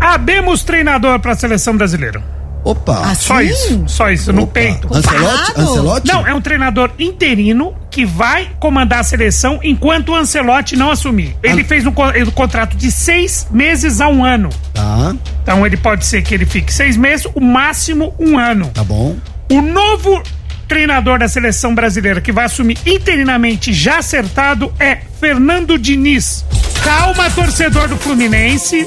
Abemos treinador pra seleção brasileira. Opa. Ah, Só isso, só isso, no peito. Assim? Ancelotti? Ancelotti? Não, é um treinador interino que vai comandar a seleção enquanto o Ancelotti não assumir. Ah. Ele fez um, co- um contrato de seis meses a um ano. Tá, Então ele pode ser que ele fique seis meses, o máximo um ano. tá bom. O novo treinador da seleção brasileira que vai assumir interinamente já acertado é Fernando Diniz. Calma, torcedor do Fluminense.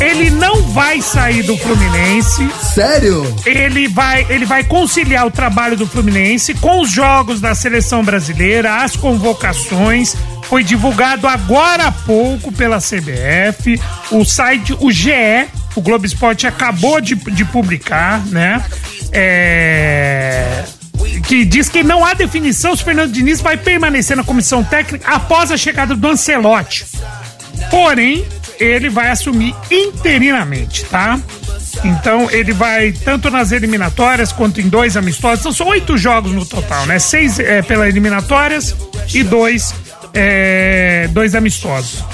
Ele não vai sair do Fluminense. Sério? Ele vai, ele vai conciliar o trabalho do Fluminense com os jogos da seleção brasileira, as convocações. Foi divulgado agora há pouco pela CBF. O site, o GE, o Globo Esporte acabou de, de publicar, né? É, Que diz que não há definição se o Fernando Diniz vai permanecer na comissão técnica após a chegada do Ancelotti. Porém, ele vai assumir interinamente, tá? Então ele vai tanto nas eliminatórias quanto em dois amistosos. Então, são oito jogos no total, né? Seis é, pelas eliminatórias e dois é, dois amistosos.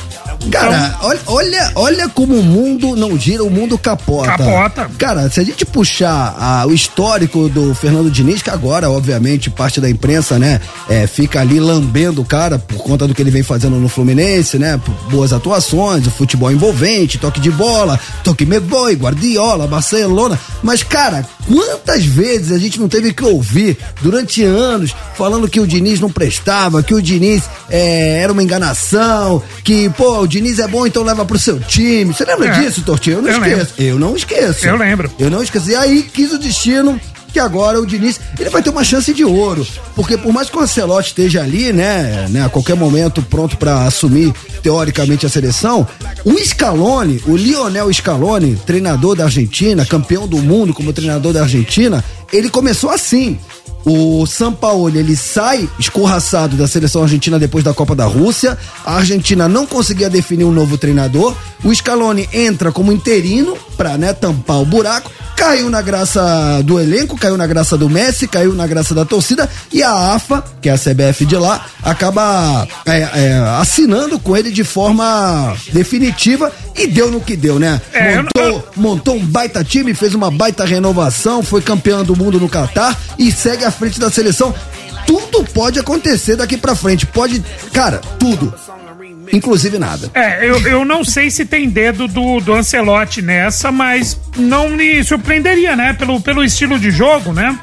Então, Cara, olha, olha, olha como o mundo não gira, o mundo capota. Capota. Cara, se a gente puxar ah, o histórico do Fernando Diniz, que agora, obviamente, parte da imprensa, né, é, fica ali lambendo o cara por conta do que ele vem fazendo no Fluminense, né, por boas atuações, o futebol envolvente, toque de bola, toque meboi, Guardiola, Barcelona. Mas, cara, quantas vezes a gente não teve que ouvir durante anos falando que o Diniz não prestava, que o Diniz é, era uma enganação, que, pô, o Diniz é bom, então leva pro seu time. Você lembra É. disso, Tortinho? Eu não Eu esqueço. lembro. Eu não esqueço. Eu lembro. Eu não esqueço. E aí quis o destino que agora o Diniz, ele vai ter uma chance de ouro, porque por mais que o Ancelotti esteja ali, né, né, a qualquer momento pronto pra assumir teoricamente a seleção, o Scaloni, o Lionel Scaloni, treinador da Argentina, campeão do mundo como treinador da Argentina, ele começou assim. O Sampaoli, ele sai escorraçado da seleção argentina depois da Copa da Rússia. A Argentina não conseguia definir um novo treinador. O Scaloni entra como interino pra, né, tampar o buraco. Caiu na graça do elenco, caiu na graça do Messi, caiu na graça da torcida. E a AFA, que é a CBF de lá, acaba é, é, assinando com ele de forma definitiva. E deu no que deu, né? É, eu não- Montou montou um baita time, fez uma baita renovação, foi campeão do mundo no Catar e segue à frente da seleção. Tudo pode acontecer daqui pra frente. Pode, cara, tudo. Inclusive nada. É, eu, eu não sei se tem dedo do, do Ancelotti nessa, mas não me surpreenderia, né? Pelo, pelo estilo de jogo, né?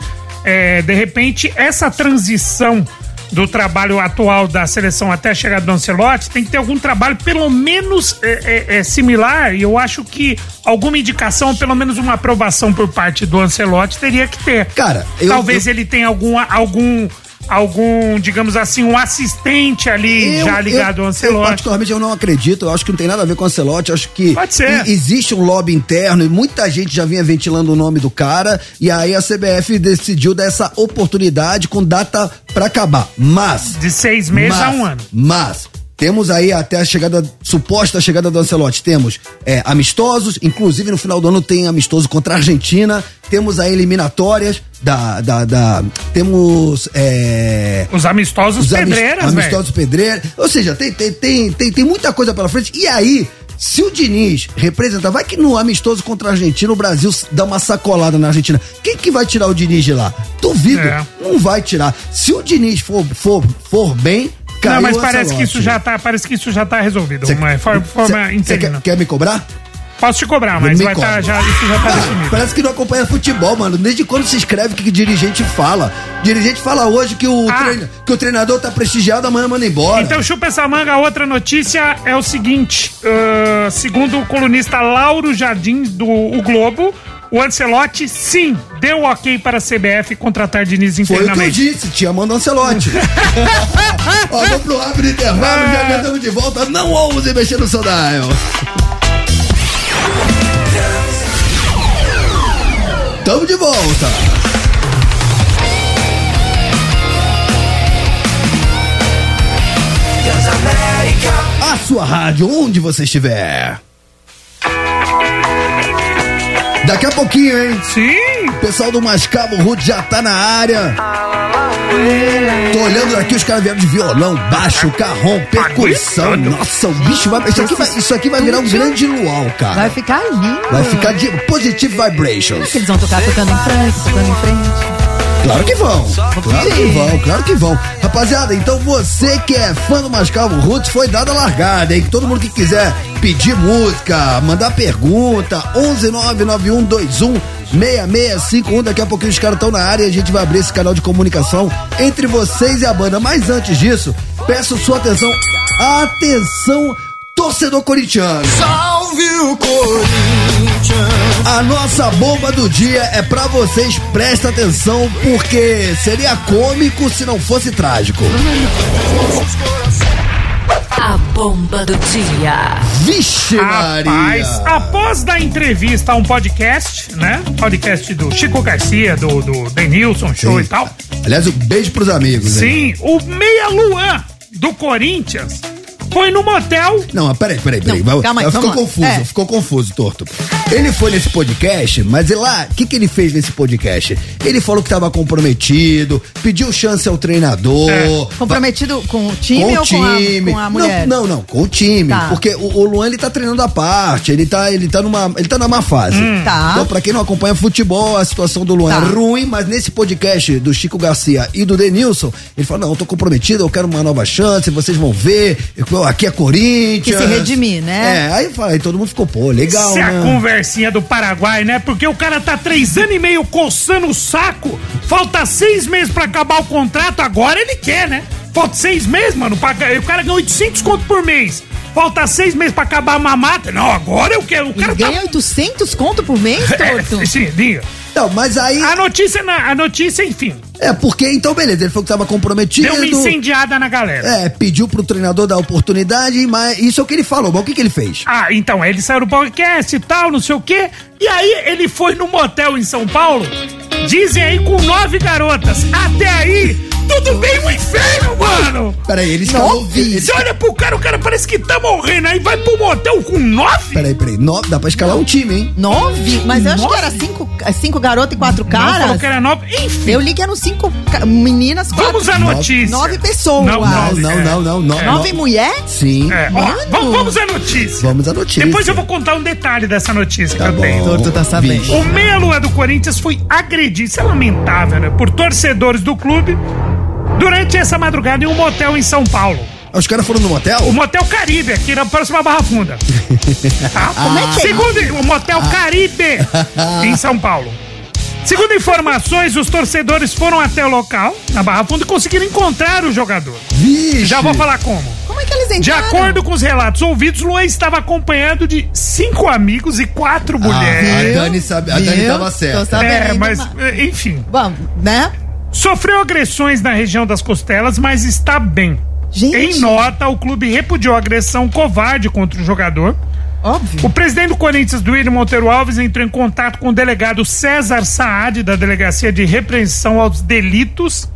É, de repente, essa transição do trabalho atual da seleção até a chegada do Ancelotti tem que ter algum trabalho pelo menos é, é, é, similar e eu acho que alguma indicação, pelo menos uma aprovação por parte do Ancelotti teria que ter. Cara, eu- Talvez ele tenha algum, algum, algum, digamos assim, um assistente ali Eu- já ligado eu- ao Eu, Ancelotti. particularmente, eu não acredito. Eu acho que não tem nada a ver com o Ancelotti. Eu acho que Pode ser. e- existe um lobby interno e muita gente já vinha ventilando o nome do cara. E aí a CBF decidiu dar essa oportunidade com data pra acabar. Mas. De seis meses a um ano. Mas. Temos aí até a chegada, suposta chegada do Ancelotti, temos é, amistosos, inclusive no final do ano tem amistoso contra a Argentina, temos aí eliminatórias da, da, da- temos é, Os amistosos amis- pedreiras, velho. amistosos pedreiros. Ou seja, tem, tem, tem, tem, tem muita coisa pela frente. E aí, Se o Diniz representar, vai que no amistoso contra a Argentina o Brasil dá uma sacolada na Argentina. Quem que vai tirar o Diniz de lá? Duvido. É. Não vai tirar. Se o Diniz for, for, for bem, caiu Não, mas o parece que Ancelotti. isso já tá, parece que isso já tá resolvido. Cê- uma forma, forma cê- cê interina. quer, quer me cobrar? Posso te cobrar, mas vai tá, já, isso já tá Ah, definido. Parece que não acompanha futebol, mano. Desde quando se escreve o que, que dirigente fala? Dirigente fala hoje que o, Ah. treina- que o treinador tá prestigiado, amanhã manda embora. Então chupa essa manga, a outra notícia é o seguinte: ah, segundo o colunista Lauro Jardim do O Globo, o Ancelotti sim deu ok para a CBF contratar Diniz Foi o que eu internamente. disse, tinha mando Ancelote. Então- Ó, vamos pro rápido intervalo, já já estamos de volta. Não ouse mexer no seu dial. Tamo de volta. A sua rádio, onde você estiver. Daqui a pouquinho, hein? Sim! O pessoal do Mascavo Rude já tá na área. Tô olhando aqui, os caras vieram de violão, baixo, carrom, percussão. Nossa, o bicho vai. Isso aqui vai, isso aqui vai virar um grande luau, cara. Vai ficar lindo. Vai ficar de Positive Será Vibrations. que eles vão tocar tocando em frente, tocando em frente? Claro que vão. Claro que pedir. vão, claro que vão. Rapaziada, então você que é fã do Mascavo Roots, foi dada a largada, hein? Todo mundo que quiser pedir música, mandar pergunta, 1199121 6651. Daqui a pouquinho os caras estão na área e a gente vai abrir esse canal de comunicação entre vocês e a banda. Mas antes disso, peço sua atenção. Atenção, torcedor corintiano. Salve o Corinthians! A nossa bomba do dia é pra vocês, presta atenção, porque seria cômico se não fosse trágico. A bomba do dia. Vixe, Rapaz, após dar entrevista a um podcast, né? Podcast do Chico Garcia, do, do Denilson Show e tal. Aliás, um beijo pros amigos. hein? Sim, o Meia Luan do Corinthians foi no motel. Não, mas peraí, peraí, peraí. Não, Vai- calma aí, ficou vamos lá. confuso, É. ficou confuso, torto. Ele foi nesse podcast, mas e lá, o que, que ele fez nesse podcast? Ele falou que tava comprometido, pediu chance ao treinador. É. É. Comprometido com o time ou com a- com a, mulher? Não, não, não, com o time. Tá. Porque o, o Luan ele tá treinando à parte, ele tá, ele tá numa, ele tá numa fase. Hum. Tá. Então, pra quem não acompanha futebol, a situação do Luan Tá. é ruim, mas nesse podcast do Chico Garcia e do Denilson, ele fala: "Não, eu tô comprometido, eu quero uma nova chance, vocês vão ver, eu- aqui é Corinthians". Que se redimir, né? É, aí fala, aí todo mundo ficou, pô, legal, Isso é a né? conversinha do Paraguai, né? Porque o cara tá três anos e meio coçando o saco. Falta seis meses pra acabar o contrato. Agora ele quer, né? Falta seis meses, mano. Pra... O cara ganha 800 conto por mês. Falta seis meses pra acabar a mamata. Não, agora eu quero. O cara ganha 800 conto por mês, torto? tá... Sim, diga. Não, mas aí... A notícia, é na... a notícia, enfim. É, porque então beleza, ele falou que tava comprometido. Deu uma incendiada na galera. É, pediu pro treinador dar oportunidade, mas isso é o que ele falou. Mas o que, que ele fez? Ah, então, aí ele saiu do podcast e tal, não sei o quê. E aí ele foi num motel em São Paulo, dizem aí com nove garotas. Até aí, tudo bem no inferno, mano! Peraí, ele escalou. nove? ele- Você olha pro cara, o cara parece que tá morrendo, aí vai pro motel com nove? Peraí, peraí. No, dá pra escalar um time, hein? Nove? Mas eu acho que Nove? era cinco, cinco garotas e quatro Não, falou caras. que era nove. Enfim. Eu li que eram cinco ca- meninas, quatro. Vamos à notícia. Nove pessoas. Não, Não, não, não, não. não, É. não. Nove mulheres? Sim. É, ó, vamos, vamos à notícia. Vamos à notícia. Depois eu vou contar um detalhe dessa notícia que eu tenho. Torto tá sabendo. O meia-lua do Corinthians foi agredido, isso é lamentável, né? Por torcedores do clube durante essa madrugada em um motel em São Paulo. Ah, Os caras foram no motel? O Motel Caribe, aqui na próxima Barra Funda. Tá? Como é que é Segundo, o Motel Ah. Caribe, em São Paulo. Segundo informações, os torcedores foram até o local, na Barra Funda, e conseguiram encontrar o jogador. Já vou falar como. Como é que eles De entraram? acordo com os relatos ouvidos, Luan estava acompanhado de cinco amigos e quatro mulheres. Ah, a Dani sabe- a Dani Viu? tava certa. Tô sabendo, É, mas, mas- eh, enfim. Vamos, né? Sofreu agressões na região das costelas, mas está bem. Em nota, o clube repudiou a agressão covarde contra o jogador. Óbvio. O presidente do Corinthians, Duílio Monteiro Alves, entrou em contato com o delegado César Saad, da Delegacia de Repreensão aos Delitos,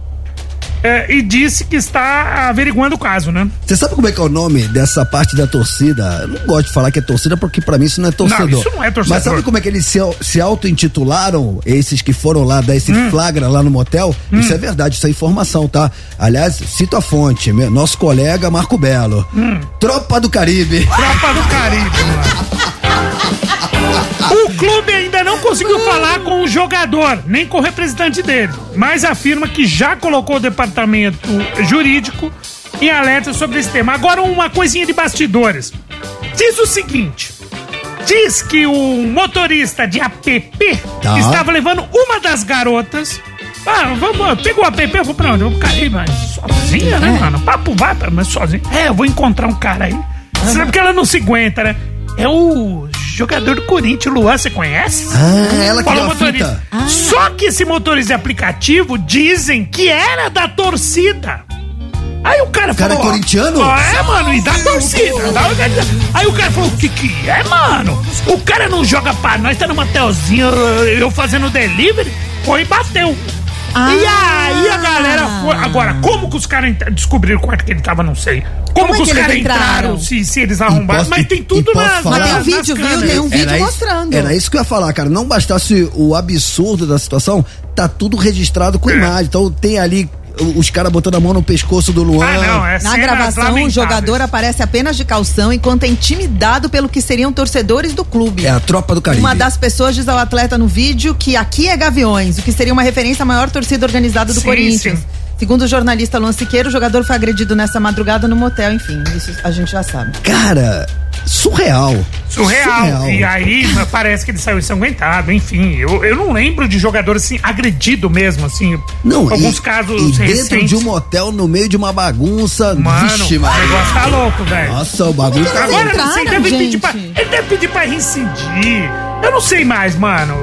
é, e disse que está averiguando o caso, né? Você sabe como é que é o nome dessa parte da torcida? Eu não gosto de falar que é torcida porque pra mim isso não é torcedor. isso não é torcedor. Mas sabe como é que eles se, se auto-intitularam, esses que foram lá dar esse Hum. flagra lá no motel? Isso é verdade, isso é informação, tá? Aliás, cito a fonte, meu- nosso colega Marco Belo. Hum. Tropa do Caribe. Tropa do Caribe. O clube ainda não conseguiu falar com o jogador, nem com o representante dele, mas afirma que já colocou o departamento jurídico em alerta sobre esse tema. Agora, uma coisinha de bastidores. Diz o seguinte: diz que o motorista de APP Tá. estava levando uma das garotas. Ah, vamos, pegou o APP, eu vou pra onde? Eu vou cair, mas sozinha, né, mano? Papo vai, mas sozinha. É, eu vou encontrar um cara aí. Será porque ela não se aguenta, né? É o jogador do Corinthians, o Luan, você conhece? Ah, ela que Falou deu a motorista. Ah. Só que esse motorista de aplicativo dizem que era da torcida. Aí o cara O cara falou. é corintiano? ó, é, mano, e da torcida. da organiza- Aí o cara falou: o que que é, mano? O cara não joga pra nós, tá no motelzinho, eu fazendo delivery, foi e bateu. E Ah. aí a galera foi. Agora, como que os caras entra- descobriram o quarto que ele tava, não sei. Como, Como é que os que eles caras entraram, entraram? um se, se eles arrombaram. Posso- mas tem tudo e posso na. falar? na- nas câmeras. um Era isso- Era isso que eu ia falar, cara. Não bastasse o absurdo da situação, tá tudo registrado É. com imagem. Então tem ali o- os caras botando a mão no pescoço do Luan. Ah, é Na gravação, o jogador aparece apenas de calção enquanto é intimidado pelo que seriam torcedores do clube. É a tropa do Caribe. Uma das pessoas diz ao atleta no vídeo que aqui é Gaviões, o que seria uma referência à maior torcida organizada do Sim, Corinthians. sim. Segundo o jornalista Luan Siqueira, o jogador foi agredido nessa madrugada no motel, enfim, isso a gente já sabe. Cara, surreal. Surreal. E aí parece que ele saiu ensanguentado, enfim. Eu, eu não lembro de jogador assim, agredido mesmo, assim. Não, Alguns e, casos e dentro recentes. de um motel, no meio de uma bagunça. Mano, vixe, o Maria. negócio tá louco, velho. Nossa, o bagulho tá louco. Agora você deve pedir pra. Ele deve pedir pra rescindir. Eu não sei mais, mano.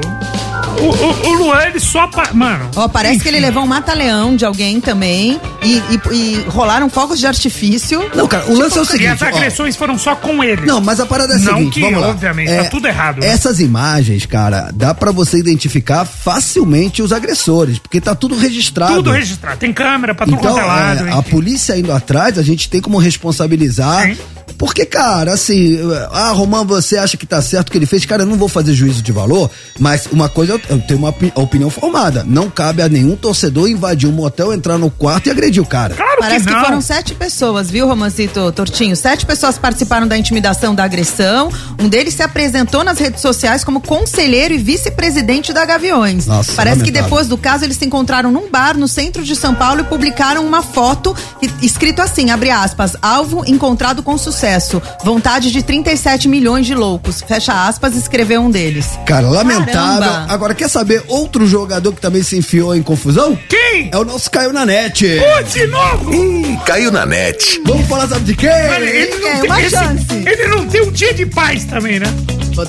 O, o, o Luan, ele só. pa- Mano. Ó, parece que ele levou um mata-leão de alguém também e, e- e rolaram fogos de artifício. Tipo um Não, cara, o lance é o seguinte. E as ó. agressões foram só com ele. Não, mas a parada é a Não seguinte, que, vamos lá. obviamente, É, tá tudo errado. né? Essas imagens, cara, dá pra você identificar facilmente os agressores, porque tá tudo registrado. Tudo registrado. Tem câmera pra tudo Então, quanto é lado. é, hein? a polícia indo atrás, a gente tem como responsabilizar. Porque, cara, assim, ah, Romão, você acha que tá certo o que ele fez? Cara, eu não vou fazer juízo de valor, mas uma coisa, eu tenho uma opi- opinião formada. Não cabe a nenhum torcedor invadir um motel, entrar no quarto e agredir o cara. Parece que, foram sete pessoas, viu, Romancito Tortinho? Sete pessoas participaram da intimidação da agressão. Um deles se apresentou nas redes sociais como conselheiro e vice-presidente da Gaviões. Nossa, Parece que lamentável. depois do caso, eles se encontraram num bar no centro de São Paulo e publicaram uma foto e- escrito assim, abre aspas, alvo encontrado com sucesso. Vontade de 37 milhões de loucos. Fecha aspas, escreveu um deles. Cara, lamentável. Caramba. Agora, quer saber outro jogador que também se enfiou em confusão? Quem? É o nosso Caiu na Net. de novo! Caiu na net. Vamos falar, sabe de quem? Mano, ele não tem esse- Ele não tem um dia de paz também, né?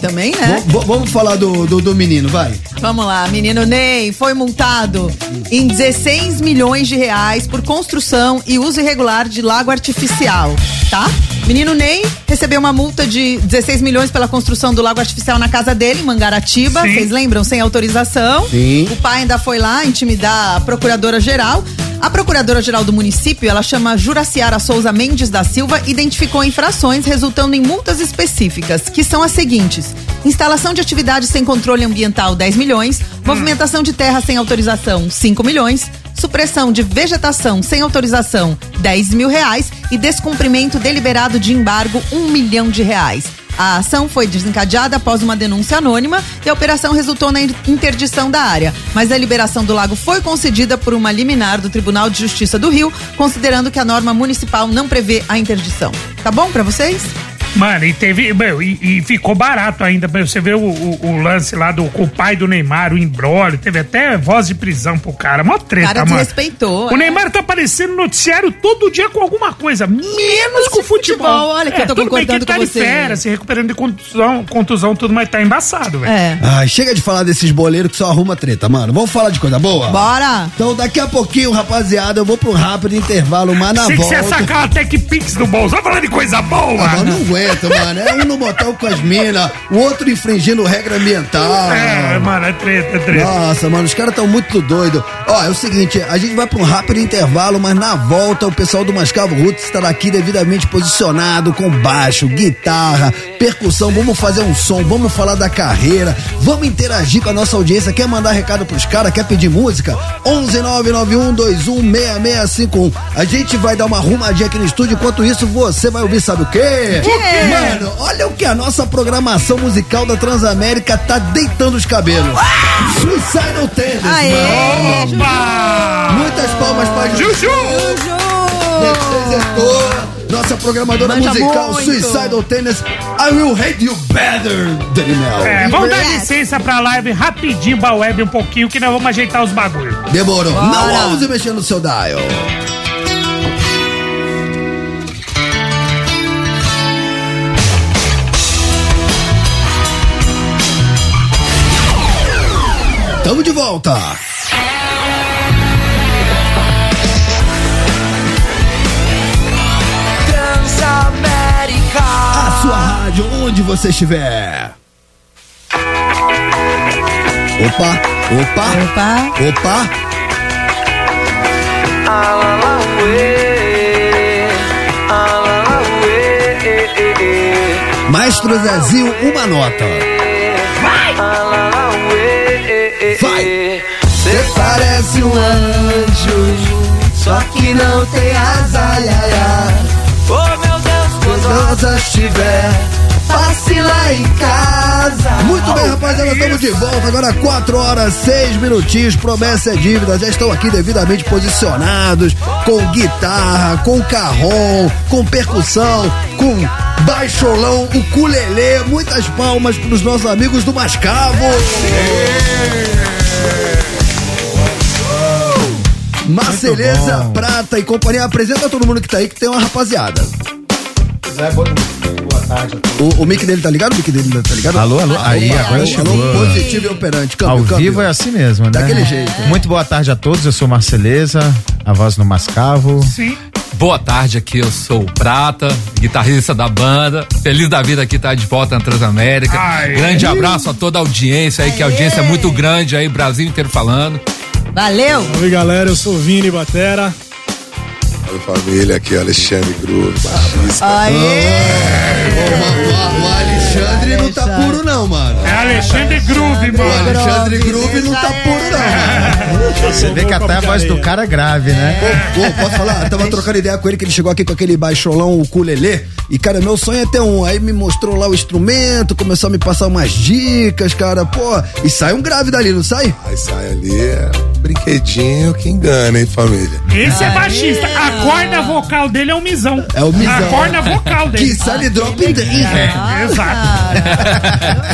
Também, né? V- v- vamos falar do, do, do menino, vai. Vamos lá, menino Ney foi multado em 16 milhões de reais por construção e uso irregular de lago artificial, tá? Menino Ney recebeu uma multa de 16 milhões pela construção do lago artificial na casa dele, em Mangaratiba. Sim. Vocês lembram? Sem autorização. Sim. O pai ainda foi lá intimidar a procuradora-geral. A procuradora-geral do município, ela chama Juraciara Souza Mendes da Silva, identificou infrações resultando em multas específicas, que são as seguintes: instalação de atividades sem controle ambiental, 10 milhões, movimentação de terra sem autorização, 5 milhões, supressão de vegetação sem autorização, 10 mil reais e descumprimento deliberado de embargo, 1 milhão de reais. A ação foi desencadeada após uma denúncia anônima e a operação resultou na interdição da área. Mas a liberação do lago foi concedida por uma liminar do Tribunal de Justiça do Rio, considerando que a norma municipal não prevê a interdição. Tá bom pra vocês? Mano, e teve. meu, e, e ficou barato ainda. meu, Você vê o, o- o lance lá do com o pai do Neymar, o embrólio, teve até voz de prisão pro cara. Mó treta, cara mano. desrespeitou. O Neymar tá aparecendo no noticiário todo dia com alguma coisa, menos com futebol. futebol, olha que eu tô tudo bem que concordando ele tá com de você. férias, se recuperando de contusão, contusão tudo, mas tá embaçado, velho. É. Ai, chega de falar desses boleiros que só arruma treta, mano. Vamos falar de coisa boa? Bora! Então, daqui a pouquinho, rapaziada, eu vou pra um rápido intervalo, mas na Achei que você volta... ia sacar a Tech Pix do bolso. Vamos falar de coisa boa. Agora não aguento, mano. É um no motel com as minas, o outro infringindo regra ambiental. É, mano, é treta, é treta. Nossa, mano, os caras estão muito doidos. Ó, é o seguinte, a gente vai pra um rápido intervalo, mas na volta o pessoal do Mascavo Roots estará aqui devidamente posicionado com baixo, guitarra, percussão. Vamos fazer um som, vamos falar da carreira, vamos interagir com a nossa audiência. Quer mandar recado pros caras? Quer pedir música? 11991216651. A gente vai dar uma arrumadinha aqui no estúdio. Enquanto isso, você vai ouvir, sabe o quê? O quê? Mano, olha o que a nossa programação musical da Transamérica tá deitando os cabelos. Suicidal Tenders, Ah! Aê, mano. Opa! Muitas palmas pra Juju. Representou nossa programadora Manja musical muito. Suicidal Tenders. I will hate you better, Daniel. É, vamos dar licença pra live rapidinho, pra web um pouquinho, que nós vamos ajeitar os bagulhos. tá- Demorou. Não ouse mexer no seu dial. Tamo de volta. Transamérica. A sua rádio, onde você estiver. Opa, opa, opa, opa. Maestro Zezinho, uma nota. Ah, Vai! Você parece um anjo, só que não tem asa, ia, ia. Oh meu Deus, quando asa estiver, passe lá em casa. Muito bem, rapaziada, estamos de volta. Agora 4 horas, 6 minutinhos. Promessa é dívida. Já estão aqui devidamente posicionados com guitarra, com carrom, com percussão, com baixolão, o culelê. Muitas palmas para os nossos amigos do Mascavo. Marceleza, Prata e companhia. Apresenta todo mundo que tá aí, que tem uma rapaziada. Boa tarde. O, o mic dele tá ligado? O mic dele tá ligado? Alô, alô. Aí, Opa, agora alô, chegou. Alô, positivo e operante. Câmbio, Ao câmbio. vivo é assim mesmo, né? Daquele jeito. Muito boa tarde a todos, eu sou Marceleza, a voz no Mascavo. Sim. Boa tarde, aqui eu sou o Prata, guitarrista da banda. Feliz da vida aqui tá de volta na Transamérica. Aê. Grande abraço a toda a audiência aí, que a audiência é muito grande aí, Brasil inteiro falando. Valeu! Oi, galera, eu sou o Vini Batera. Fala família, aqui é o Alexandre Groove, baixista. O Alexandre não tá puro, não, mano. É Alexandre Groove, mano. O Alexandre Groove não tá puro, não. Você vê que até a voz do cara é grave, né? Pô, pô, posso falar? Eu tava trocando ideia com ele, que ele chegou aqui com aquele baixolão, o culelê. E, cara, meu sonho é ter um. Aí me mostrou lá o instrumento, começou a me passar umas dicas, cara. Pô, e sai um grave dali, não sai? Aí sai ali, é um brinquedinho que engana, hein, família? Esse é baixista. A corda vocal dele é o misão. É o misão. A corda vocal dele. Que sale drop in the É, Exato.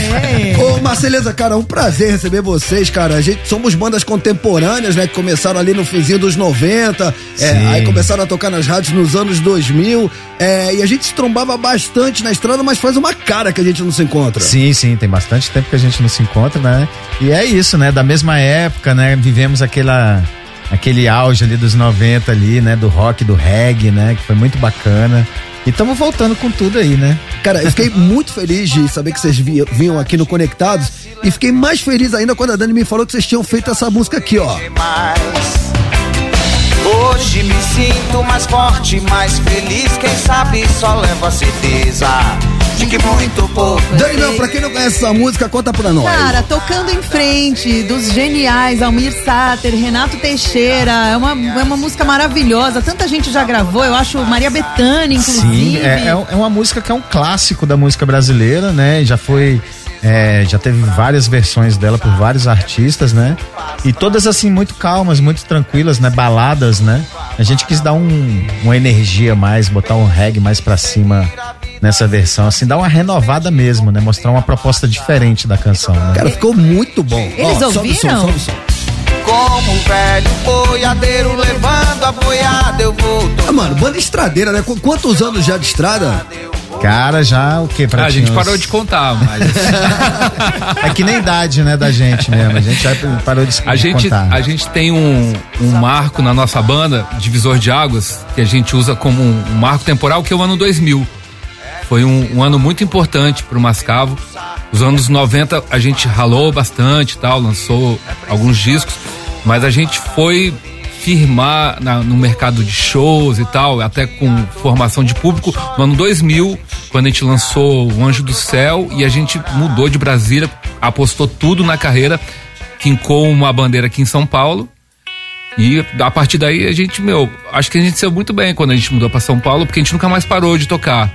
É. Ô, Marceleza, cara, um prazer receber vocês, cara. A gente somos bandas contemporâneas, né? Que começaram ali no finzinho dos 90, é, Sim. aí começaram a tocar nas rádios nos anos 2000. É, e a gente se trombava bastante na estrada, mas faz uma cara que a gente não se encontra. Sim, sim, tem bastante tempo que a gente não se encontra, né? E é isso, né? Da mesma época, né? Vivemos aquela, aquele auge ali dos 90 ali, né? Do rock, do reggae, né? Que foi muito bacana. E estamos voltando com tudo aí, né? Cara, eu fiquei muito feliz de saber que vocês vi- vinham aqui no Conectados. E fiquei mais feliz ainda quando a Dani me falou que vocês tinham feito essa música aqui, ó. mais. Hoje me sinto mais forte, mais feliz. Quem sabe só leva a certeza de que muito pouco. Dani, não, pra quem não conhece essa música, conta pra nós. Cara, tocando em frente dos geniais Almir Sater, Renato Teixeira, é uma, é uma música maravilhosa. Tanta gente já gravou, eu acho Maria Bethânia, inclusive. Sim, é, é um- é uma música que é um clássico da música brasileira, né? E Já foi. é, já teve várias versões dela por vários artistas, né? E todas assim, muito calmas, muito tranquilas, né? Baladas, né? A gente quis dar um, uma energia a mais, botar um reggae mais pra cima nessa versão, assim, dar uma renovada mesmo, né? Mostrar uma proposta diferente da canção, né? Cara, ficou muito bom. Eles sobe o som, ouviram? um sobe o som. Como um velho boiadeiro levando a boiada, eu vou. Ah, mano, banda estradeira, né? Qu- Quantos anos já de estrada? Cara, já o quê? Ah, Pra a gente parou de contar, mas. É que nem idade, né, da gente mesmo. A gente já parou de A gente, contar. a gente tem um, um marco na nossa banda, divisor de águas, que a gente usa como um, um marco temporal, que é o ano 2000. Foi um, um ano muito importante para o Mascavo. Os anos 90 a gente ralou bastante e tal, lançou alguns discos, mas a gente foi firmar na- no mercado de shows e tal, até com formação de público, no ano 2000, quando a gente lançou O Anjo do Céu e a gente mudou de Brasília, apostou tudo na carreira, quincou uma bandeira aqui em São Paulo. E a partir daí a gente, meu, acho que a gente saiu muito bem quando a gente mudou pra São Paulo, porque a gente nunca mais parou de tocar.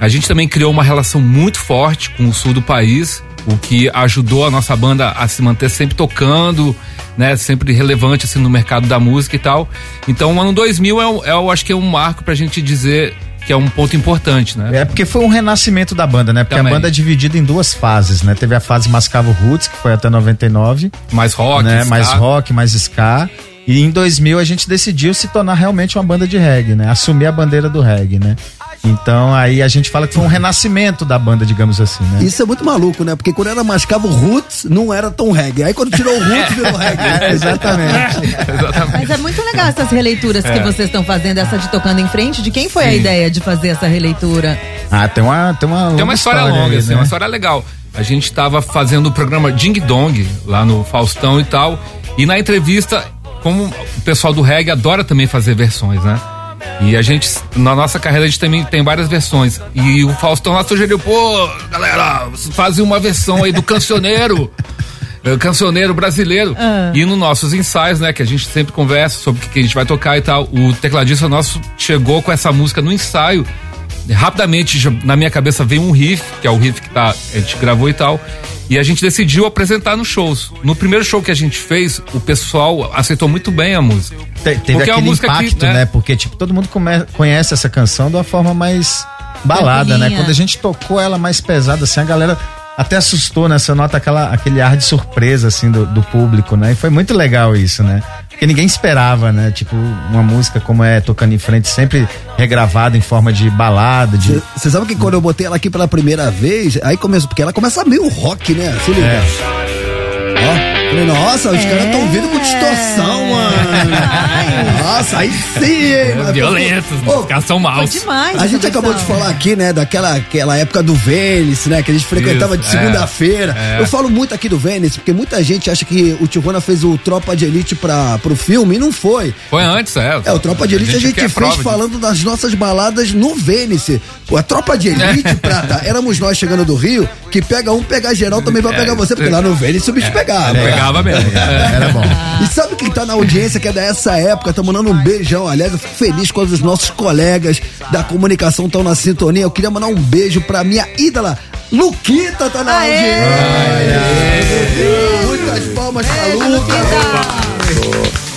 A gente também criou uma relação muito forte com o sul do país, o que ajudou a nossa banda a se manter sempre tocando, né, sempre relevante assim no mercado da música e tal. Então, o ano 2000 é, um- é, eu acho que é um marco pra gente dizer que é um ponto importante, né? É porque foi um renascimento da banda, né? Porque Também. a banda é dividida em duas fases, né? Teve a fase Mascavo Roots, que foi até 99. Mais rock, né? ska. Mais rock, mais ska. E em 2000 a gente decidiu se tornar realmente uma banda de reggae, né? Assumir a bandeira do reggae, né? Então aí a gente fala que foi um renascimento da banda, digamos assim, né? Isso é muito maluco, né? Porque quando era mascavo roots, não era tão reggae. Aí quando tirou o roots, virou reggae. É, exatamente. Mas é muito legal essas releituras É. que vocês estão fazendo, essa de tocando em frente. De quem foi a Sim. ideia de fazer essa releitura? Ah, tem uma tem uma, Tem uma história, longa, assim, uma história legal. A gente tava fazendo o programa Ding Dong lá no Faustão e tal. E na entrevista, como o pessoal do reggae adora também fazer versões, né? E a gente, na nossa carreira, a gente também tem várias versões. E o Faustão lá sugeriu, pô, galera, fazem uma versão aí do cancioneiro. É, cancioneiro brasileiro. Ah. E nos nossos ensaios, né, que a gente sempre conversa sobre o que que a gente vai tocar e tal, o tecladista nosso chegou com essa música no ensaio. Rapidamente, já- na minha cabeça, veio um riff, que é o riff que tá, a gente gravou e tal. E a gente decidiu apresentar nos shows. No primeiro show que a gente fez, o pessoal aceitou muito bem a música. Teve é aquele impacto, né? Porque, tipo, todo mundo come- conhece essa canção de uma forma mais balada, né? Tranquilinha. Quando a gente tocou ela mais pesada, assim, a galera até assustou, né? Você nota aquela, aquele ar de surpresa, assim, do, do público, né? E foi muito legal isso, né? Porque ninguém esperava, né? Tipo, uma música como é Tocando em Frente, sempre regravada em forma de balada, de... Você sabe que quando eu botei ela aqui pela primeira vez, aí começou, porque ela começa meio rock, né? Se liga. É. Ó, falei, nossa, os caras estão vindo com distorção, mano. nossa, aí sim, né, hein, É mano. Violentos, os caras são maus. demais. A gente acabou de falar aqui, né, daquela aquela época do Vênice, né, que a gente frequentava Isso, de segunda-feira. é, é. Eu falo muito aqui do Vênice, porque muita gente acha que o Tijuana fez o Tropa de Elite pra, pro filme e não foi. Foi antes, é. É, o Tropa de Elite a gente, quer prova fez disso. falando das nossas baladas no Vênice. Pô, A Tropa de Elite, Prata, éramos nós chegando do Rio, que pega um, pega geral, também vai pegar você, porque lá no Vênice o é, bicho É, pegava. É, Pegava mesmo. Era bom. E sabe quem tá na audiência que é dessa época? Tá mandando um beijão. Aliás, eu fico feliz quando os nossos colegas da comunicação estão na sintonia. Eu queria mandar um beijo pra minha ídola, Luquita, tá na audiência. Muitas palmas pra Luca.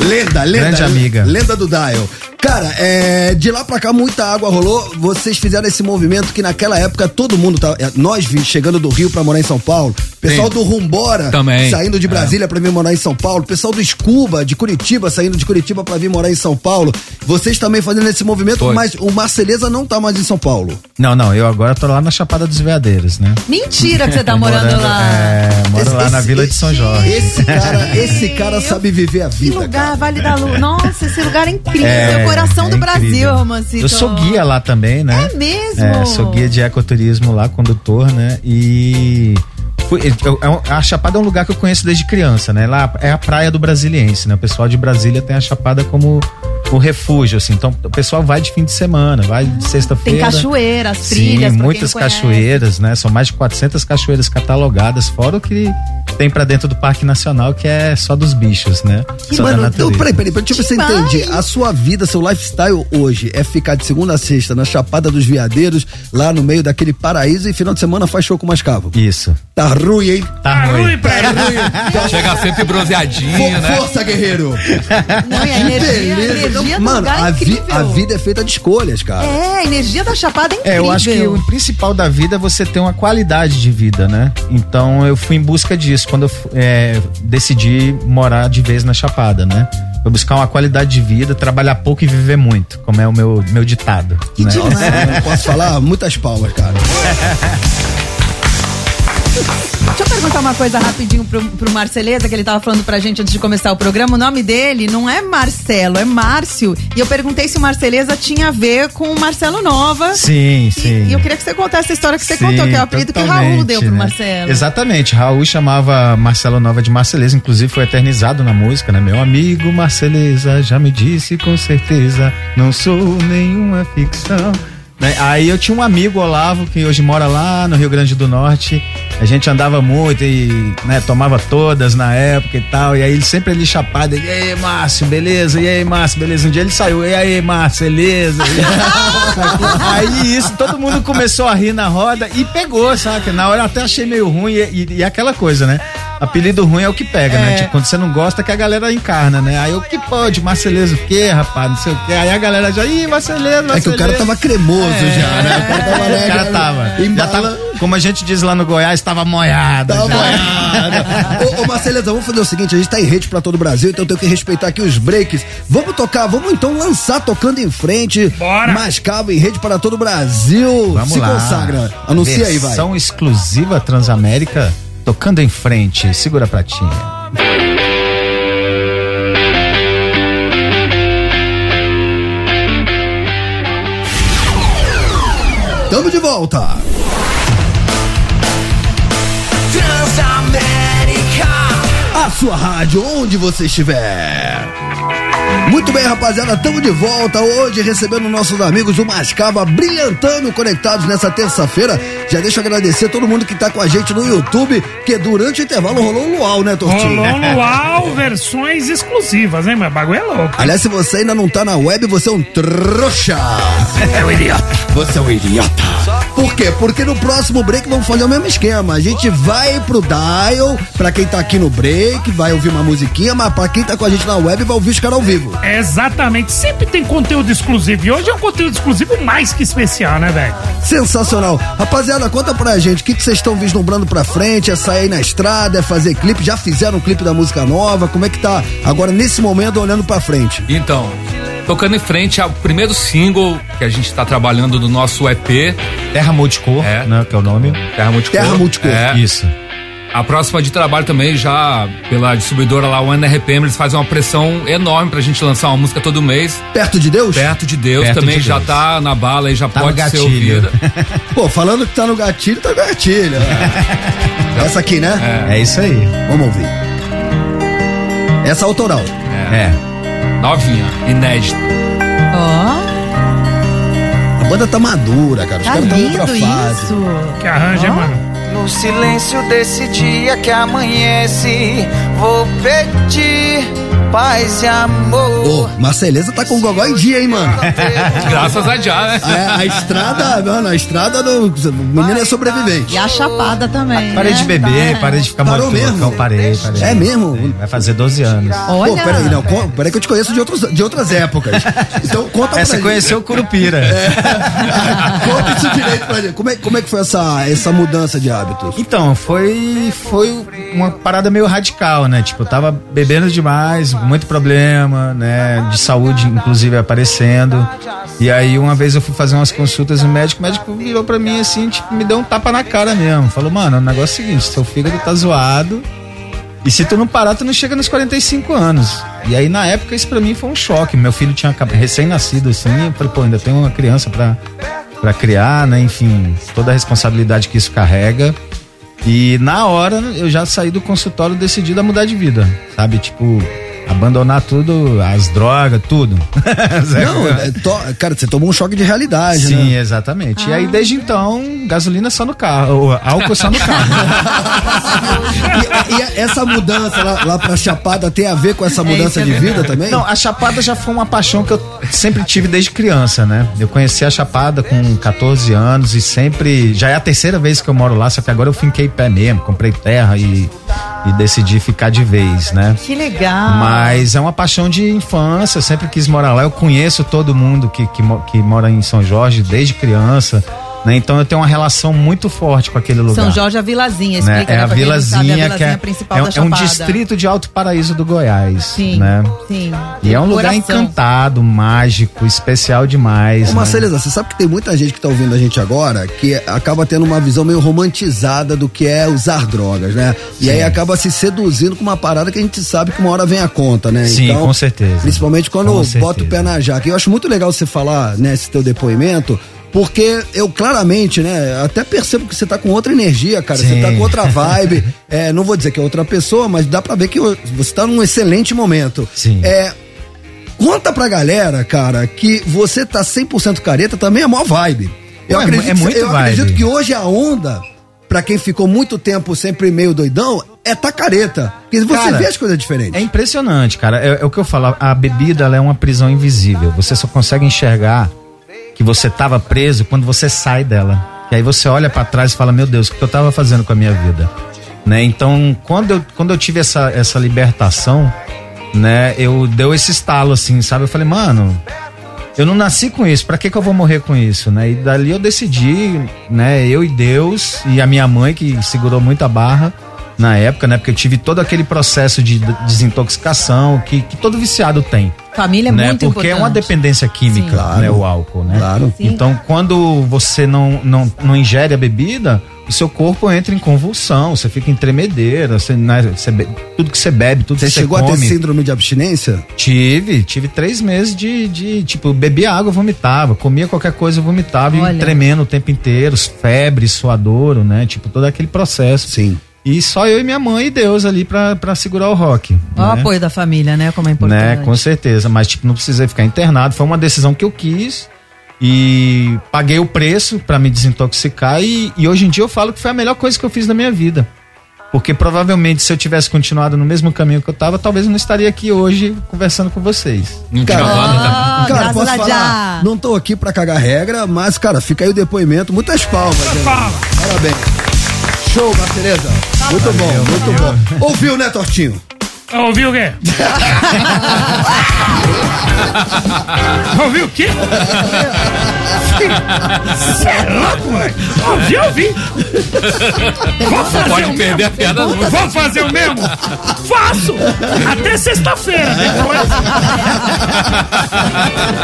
Lenda, lenda. Grande amiga. Lenda do Dial. Cara, é, de lá pra cá muita água rolou. Vocês fizeram esse movimento que naquela época todo mundo tava. é, Nós vi- chegando do Rio pra morar em São Paulo. Pessoal Sim. do Rumbora Também. saindo de É. Brasília pra vir morar em São Paulo. Pessoal do Escuba, de Curitiba, saindo de Curitiba pra vir morar em São Paulo. Vocês também fazendo esse movimento, Foi. mas o Marceleza não tá mais em São Paulo. Não, não, eu agora tô lá na Chapada dos Veadeiros, né? Mentira que você tá Tô morando lá. É, moro lá na Vila de São Jorge. Esse cara, esse cara sabe viver a Que vida. lugar, Vale da Lua. Nossa, esse lugar é incrível. É, É, o coração é do incrível. Brasil, Romancito. Eu sou guia lá também, né? É mesmo? É, sou guia de ecoturismo lá, condutor, né? E. fui- eu- eu- a Chapada é um lugar que eu conheço desde criança, né? Lá é a praia do brasiliense, né? O pessoal de Brasília tem a Chapada como o refúgio, assim. Então o pessoal vai de fim de semana, vai de Tem sexta-feira. cachoeiras, Sim, trilhas. pra muitas quem não conhece. cachoeiras, né? São mais de 400 cachoeiras catalogadas, fora o que tem pra dentro do Parque Nacional, que é só dos bichos, né? Que só da mano, natureza. então, peraí, peraí, peraí, deixa eu ver se eu entendi. A sua vida, seu lifestyle hoje é ficar de segunda a sexta na Chapada dos Veadeiros, lá no meio daquele paraíso, e final de semana faz show com o Mascavo. Isso. Tá ruim, hein? Tá ruim. é. Chega sempre bronzeadinho, né? Força, guerreiro! Não, e a energia, a Beleza. energia do Mano, lugar é a, vi- incrível. a vida é feita de escolhas, cara. É, a energia da Chapada é incrível. É, eu acho que o principal da vida é você ter uma qualidade de vida, né? Então eu fui em busca disso quando eu fu- é, decidi morar de vez na Chapada, né? Eu buscar uma qualidade de vida, trabalhar pouco e viver muito, como é o meu, meu ditado. Que né? demais. Posso falar? Muitas palmas, cara. Deixa eu perguntar uma coisa rapidinho pro, pro Marceleza, que ele tava falando pra gente antes de começar o programa. O nome dele não é Marcelo, é Márcio. E eu perguntei se o Marceleza tinha a ver com o Marcelo Nova. Sim, sim. E eu queria que você contasse essa história que você Sim, contou, que é o apelido que o Raul totalmente, deu pro né? Marcelo. Exatamente. Raul chamava Marcelo Nova de Marceleza, inclusive foi eternizado na música, né? Meu amigo Marceleza já me disse com certeza, não sou nenhuma ficção. Né? Aí eu tinha um amigo, Olavo, que hoje mora lá no Rio Grande do Norte. A gente andava muito e né, tomava todas na época e tal. E aí ele sempre ele chapado, ele, e aí, Márcio, beleza? E aí, Márcio, beleza? Um dia ele saiu, e aí, Márcio, beleza? E Aí isso, todo mundo começou a rir na roda e pegou, saca? Na hora eu até achei meio ruim e, e- e aquela coisa, né? Apelido ruim é o que pega, né? É. Tipo, quando você não gosta, que a galera encarna, né? Aí o que pode, Marceleza o quê, rapaz? Não sei o quê. Aí a galera já, ih, Marceleza, Marceleza. É que o cara tava cremoso já, né? O cara tava, O cara tava. Já tava, como a gente diz lá no Goiás, tava moiado. já. Ô, ô Marceleza, vamos fazer o seguinte: a gente tá em rede pra todo o Brasil, então eu tenho que respeitar aqui os breaks. Vamos tocar, vamos então lançar tocando em frente. Bora! Mascavo em rede para todo o Brasil. Vamos Se lá. consagra. Anuncia aí, vai. Versão exclusiva Transamérica, tocando em frente. Segura a pratinha. Tamo de volta. Transamérica. A sua rádio, onde você estiver. Muito bem, rapaziada, estamos de volta hoje recebendo nossos amigos do Mascava brilhantando conectados nessa terça-feira. Já deixa eu agradecer a todo mundo que tá com a gente no YouTube, porque durante o intervalo rolou um luau, né, Tortinho? Rolou um no UAU, versões exclusivas, hein? Mas o bagulho é louco. Aliás, se você ainda não tá na web, você é um trouxa. É um idiota. Você é um idiota. Por quê? Porque no próximo break vamos fazer o mesmo esquema. A gente vai pro dial, pra quem tá aqui no break, vai ouvir uma musiquinha, mas pra quem tá com a gente na web, vai ouvir os caras ao vivo. Exatamente, sempre tem conteúdo exclusivo. E hoje é um conteúdo exclusivo mais que especial, né, velho? Sensacional. Rapaziada, conta pra gente o que que vocês estão vislumbrando pra frente. É sair na estrada, é fazer clipe. Já fizeram um clipe da música nova? Como é que tá agora nesse momento olhando pra frente? Então, tocando em frente ao primeiro single que a gente está trabalhando do nosso EP. Terra Multicor, né? Que é o nome. Terra Multicor. Terra Multicor. Isso. A próxima de trabalho também, já pela distribuidora lá, o NRPM, eles fazem uma pressão enorme pra gente lançar uma música todo mês. Perto de Deus? Perto de Deus Perto também de já Deus. tá na bala e já Tá no pode ser gatilho. ouvida. Pô, falando que tá no gatilho, tá no gatilho. Essa aqui, né? É isso aí. Vamos ouvir. Essa é autoral. É. Novinha, inédita. Ó, A banda tá madura, cara. Os tá caras estão lindo outra fase. isso. Que arranja, Ó. mano. No silêncio desse dia que amanhece, vou pedir paz e amor. Ô, Marceleza tá com o gogó em dia, hein, mano? Graças a já, né? É, a estrada, mano, a estrada do. O menino é sobrevivente. E a chapada também. Parei né? de beber, Tá. parei de ficar Parou morto. mesmo? Não, parei, parei. É mesmo? Vai fazer 12 anos. Pô, peraí, não, co- peraí que eu te conheço de, outros, de outras épocas. Então conta pra Essa gente. É. conheceu o Curupira. Conta isso direito pra gente. Como é, como é que foi essa, essa mudança de hábitos? Então, foi, foi uma parada meio radical, né? Tipo, eu tava bebendo demais, muito problema, né? De saúde, inclusive, aparecendo. E aí, uma vez eu fui fazer umas consultas no médico, o médico virou pra mim assim, tipo, me deu um tapa na cara mesmo. Falou, mano, o negócio é o seguinte, seu fígado tá zoado. E se tu não parar, tu não chega nos 45 anos. E aí, na época, isso pra mim foi um choque. Meu filho tinha acab- recém-nascido, assim. Eu falei, pô, ainda tenho uma criança pra, pra criar, né? Enfim, toda a responsabilidade que isso carrega. E na hora, eu já saí do consultório decidido a mudar de vida, sabe? Tipo, abandonar tudo, as drogas, tudo. Não, é to- cara, você tomou um choque de realidade, né? Sim, exatamente. E aí, desde então, gasolina só no carro, ou álcool só no carro. E, e essa mudança lá, lá pra Chapada tem a ver com É, essa mudança de vida também? Não, a Chapada já foi uma paixão que eu sempre tive desde criança, né? Eu conheci a Chapada com 14 anos e sempre. Já é a terceira vez que eu moro lá, só que agora eu finquei pé mesmo, comprei terra e, e decidi ficar de vez, né? Que legal. Mas é uma paixão de infância, eu sempre quis morar lá. Eu conheço todo mundo que, que, mo- que mora em São Jorge desde criança. né? Então eu tenho uma relação muito forte com aquele lugar. São Jorge a Vilazinha, né? explica É né, a pra quem não sabe, Vilazinha, a que Vilazinha é, principal é- da é um Chapada. distrito de Alto Paraíso do Goiás, Sim, né? sim. E é um lugar Coração. encantado, mágico, especial demais. Ô, né? Marceleza, você sabe que tem muita gente que tá ouvindo a gente agora que acaba tendo uma visão meio romantizada do que é usar drogas, né? E Sim. aí acaba se seduzindo com uma parada que a gente sabe que uma hora vem a conta, né? Sim, com certeza. Principalmente quando Com bota o pé na jaca. E Eu acho muito legal você falar, né, esse teu depoimento. Porque eu claramente, né, até percebo que você tá com outra energia, cara. Você Sim. tá com outra vibe. É, não vou dizer que é outra pessoa, mas dá pra ver que você tá num excelente momento. Sim. É, Conta pra galera, cara, que você tá 100% careta também é mó vibe. Eu, Ué, acredito, é que- muito eu vibe. acredito que hoje a onda, pra quem ficou muito tempo sempre meio doidão, é tá careta. Porque você Cara, vê as coisas diferentes. É impressionante, cara. É, é o que eu falo, a bebida ela é uma prisão invisível. Você só consegue enxergar que você tava preso quando você sai dela. E aí você olha pra trás e fala, meu Deus, o que eu tava fazendo com a minha vida? Né? Então, quando eu, quando eu tive essa, essa libertação, né, eu deu esse estalo assim, sabe? Eu falei, mano, eu não nasci com isso, pra que que eu vou morrer com isso, né? E dali eu decidi, né, eu e Deus e a minha mãe que segurou muito a barra na época, né, porque eu tive todo aquele processo de d- desintoxicação que, que todo viciado tem. Família é né? muito Porque é uma importante. dependência química, Sim. né, Claro. o álcool, né? Claro. Sim. Então, quando você não, não, não ingere a bebida, o seu corpo entra em convulsão, você fica em tremedeira, você, né, você be- tudo que você bebe, tudo Você que você chegou come. a ter síndrome de abstinência? Tive, tive três meses de, de tipo, bebia água, vomitava, comia qualquer coisa, vomitava Olha. e tremendo o tempo inteiro, febre, suadouro, né? Tipo, todo aquele processo. Sim. E só eu e minha mãe e Deus ali pra, pra segurar o rock. Olha o né? apoio da família, né? Como é né? importante. Com certeza, mas tipo, não precisei ficar internado, foi uma decisão que eu quis e paguei o preço pra me desintoxicar e, e hoje em dia eu falo que foi a melhor coisa que eu fiz na minha vida. Porque provavelmente se eu tivesse continuado no mesmo caminho que eu tava, talvez eu não estaria aqui hoje conversando com vocês. cara, graças posso a falar? Não tô aqui pra cagar regra, mas, cara, fica aí o depoimento. Muitas palmas. gente. Parabéns. Show, Marceleza. Tá Muito bom, muito bom. Ouviu, né, Tortinho? Ouviu o quê? Ouviu o quê? Cê é louco, mano. Ouvi, ouvi. Vou fazer Pode o perder mesmo. a piada Vou nunca. fazer o mesmo? Faço! Até sexta-feira,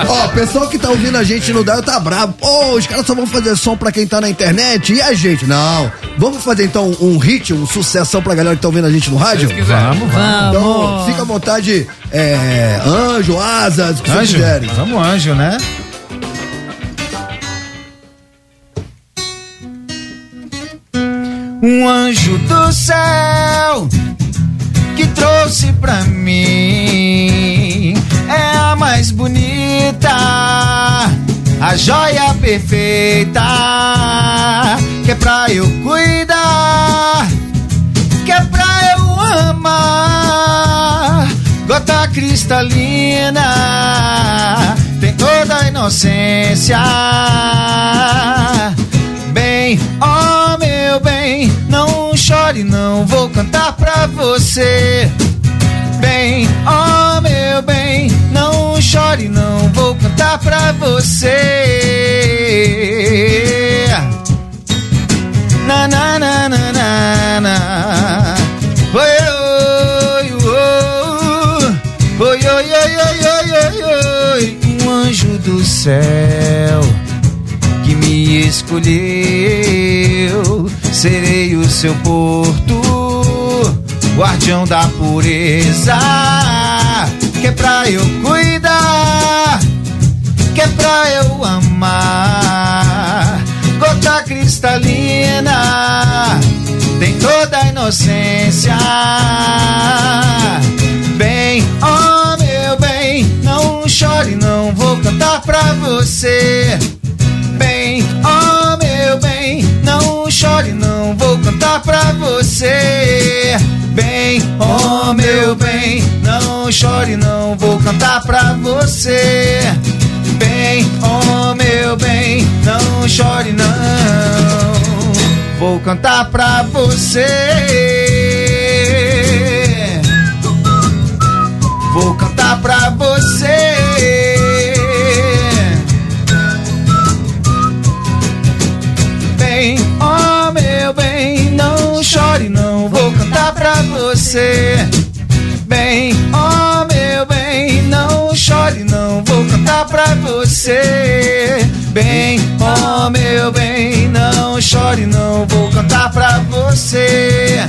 Ó, o pessoal que tá ouvindo a gente no Dial tá bravo. Ô, os caras só vão fazer som pra quem tá na internet e a gente. Não. Vamos fazer então um hit, um sucessão pra galera que tá ouvindo a gente no rádio? quiser. Vamos, vamos. Então, fica à vontade, é, anjo, asas, o que vocês Anjo, quiserem. vamos anjo, né? Um anjo do céu que trouxe pra mim é a mais bonita, a joia perfeita que é pra eu cuidar, que é pra eu amar. Gota cristalina tem toda a inocência bem, ó meu bem, não chore, não vou cantar pra você. Bem, ó meu bem, não chore, não vou cantar pra você. Na na na na na na. Oi, oi, oi, oi, oi, oi, oi, oi, oi, um anjo do céu que me escolheu. Serei o seu porto, guardião da pureza. Que é pra eu cuidar, que é pra eu amar. Gota cristalina, tem toda a inocência. Bem, oh meu bem, não chore, não vou cantar pra você bem, oh meu bem, não chore, não vou cantar pra você. Bem, oh meu bem, não chore, não vou cantar pra você. Bem, oh meu bem, não chore, não vou cantar pra você. Vou cantar pra você. Oh, você. Bem, oh meu bem, não chore, não vou cantar pra você. Bem, oh meu bem, não chore, não vou cantar pra você.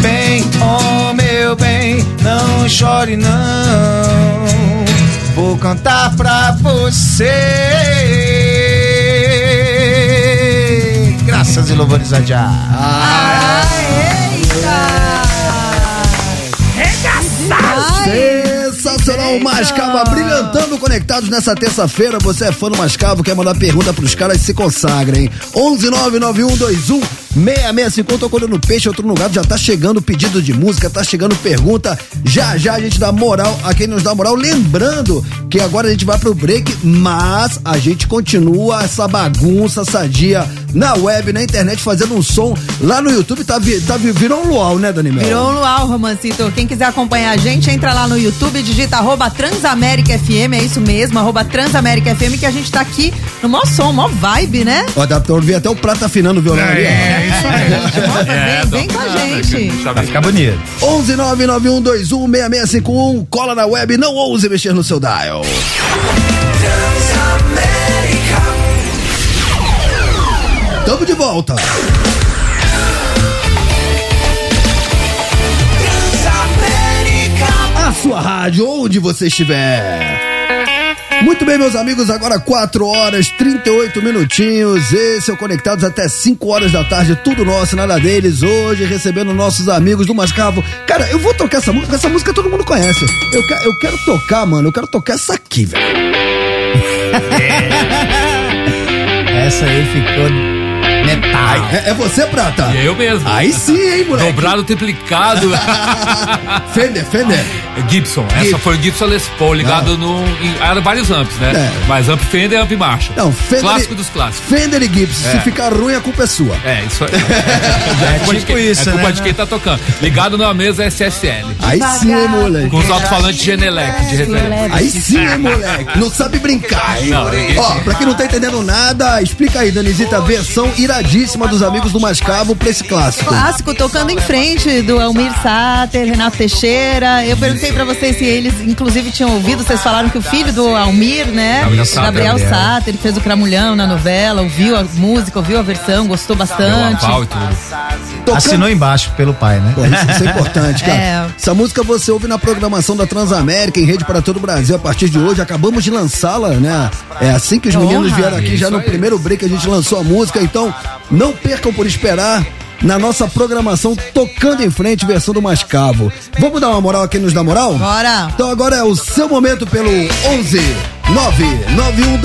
Bem, oh meu bem, não chore, não vou cantar pra você. Graças e louvores a Jah. Sensacional, Mascava brilhantando conectados nessa terça-feira. Você é fã do Mascavo, quer mandar pergunta pros caras se consagra, hein? 1199121 665, tô colhendo peixe, outro lugar, já tá chegando pedido de música, tá chegando pergunta. Já já a gente dá moral a quem nos dá moral. Lembrando que agora a gente vai pro break, mas a gente continua essa bagunça, essa dia na web, na internet, fazendo um som lá no YouTube. Tá, vi- tá, vi- virou um luau, né, Dani Mel? Virou um luau, Romancito. Quem quiser acompanhar a gente, entra lá no YouTube, digita arroba Transamérica FM, é isso mesmo, arroba Transamérica FM, que a gente tá aqui no mó som, mó vibe, né? Ó, dá pra ouvir até o prato afinando né, o violão ali. ó. é É, Vem, vem com a gente. tá Vai ficar bonito. 11991216651, cola na web, não ouse mexer no seu dial. Tamo de volta. A sua rádio, onde você estiver. Muito bem, meus amigos, agora 4 horas 38 minutinhos. Esse é o Conectados até 5 horas da tarde, tudo nosso, nada deles. Hoje recebendo nossos amigos do Mascavo. Cara, eu vou tocar essa música, essa música todo mundo conhece. Eu, que- eu quero tocar, mano, eu quero tocar essa aqui, velho. É, Essa aí ficou metal. É, é você, Prata? E eu mesmo. Aí sim, hein, moleque? Dobrado, triplicado. Fender, Fender. Gibson. Essa foi o Gibson Les Paul, ligado no. Em, era vários amps, né? Ah. É. Mas amp Fender e amp Marshall. Não, Fender- Clássico dos clássicos. Fender e Gibson, se É. ficar ruim a culpa é sua. É, isso aí. É, culpa de tipo quem- isso, é culpa né? de quem tá tocando. Ligado numa mesa SSL. Aí sim, moleque. Com os alto-falantes Genelec de referência. Aí sim, hein, moleque. Não sabe brincar, hein? Não, ninguém Ó, sabe. pra quem não tá entendendo nada, explica aí, Danizita, a versão iradíssima dos amigos do Mascavo pra esse clássico. Clássico, tocando em frente do Almir Sater, Renato Teixeira. Eu perguntei pra vocês se eles, inclusive, tinham ouvido. Vocês falaram que o filho do Almir, né? Gabriel Sater. Gabriel Gabriel. Sater, ele fez o Cramulhão na novela, ouviu a música, ouviu a versão, gostou bastante. Assinou embaixo pelo pai, né? Pô, isso, isso é importante, cara. É. Essa música você ouve na programação da Transamérica, em rede para todo o Brasil, a partir de hoje. Acabamos de lançá-la, né? É assim que os Que meninos honra. vieram aqui, já Isso no aí. primeiro break a gente lançou a música. Então, não percam por esperar na nossa programação Tocando em Frente, versão do Mascavo. Vamos dar uma moral a quem nos dá moral? Bora! Então agora é o seu momento pelo 11 991216651.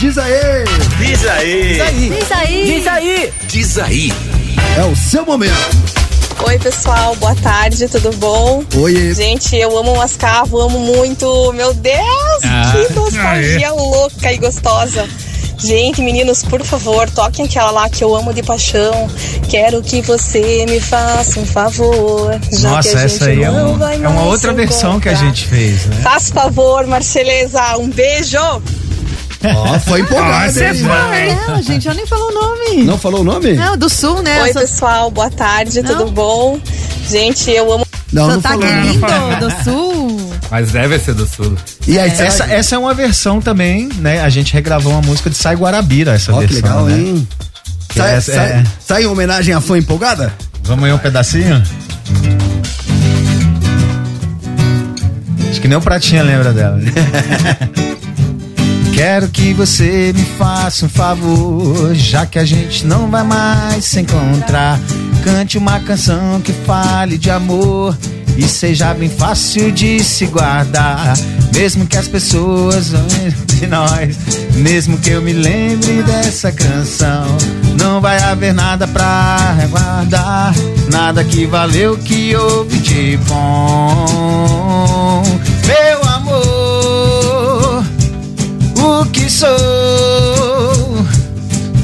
Diz aí! Diz aí. Diz aí. Diz aí. Diz aí. É o seu momento. Oi, pessoal, boa tarde, tudo bom? Oi. Gente, eu amo Mascavo, amo muito. Meu Deus, Ah, que nostalgia louca e gostosa. Gente, meninos, por favor, toquem aquela lá que eu amo de paixão. Quero que você me faça um favor. já que Nossa, a essa aí gente é, não um- vai é uma mais outra se versão que a encontrar. gente fez, né? Faz favor, Marceleza, um beijo. Ó, foi Ah, empolgado, Nossa, é hein? vai. Ela, gente, ela nem falou o nome. Não falou o nome? Não, do Sul, né? Oi, Só- pessoal, boa tarde, tudo bom? Gente, eu amo. Não, Sotaque lindo tá do Sul. Mas deve ser do sul. E aí, essa, essa é uma versão também, né? A gente regravou uma música de Sai Guarabira, essa Ó, que versão. legal, né? hein? Que Sai, essa sai- é- sai em homenagem à fã empolgada? Vamos aí um pedacinho? Acho que nem o Pratinha lembra dela. né? Quero que você me faça um favor, já que a gente não vai mais se encontrar. Cante uma canção que fale de amor e seja bem fácil de se guardar. Mesmo que as pessoas lembrem de nós, mesmo que eu me lembre dessa canção, não vai haver nada pra guardar, nada que valeu que houve de bom. Meu amor o que sou.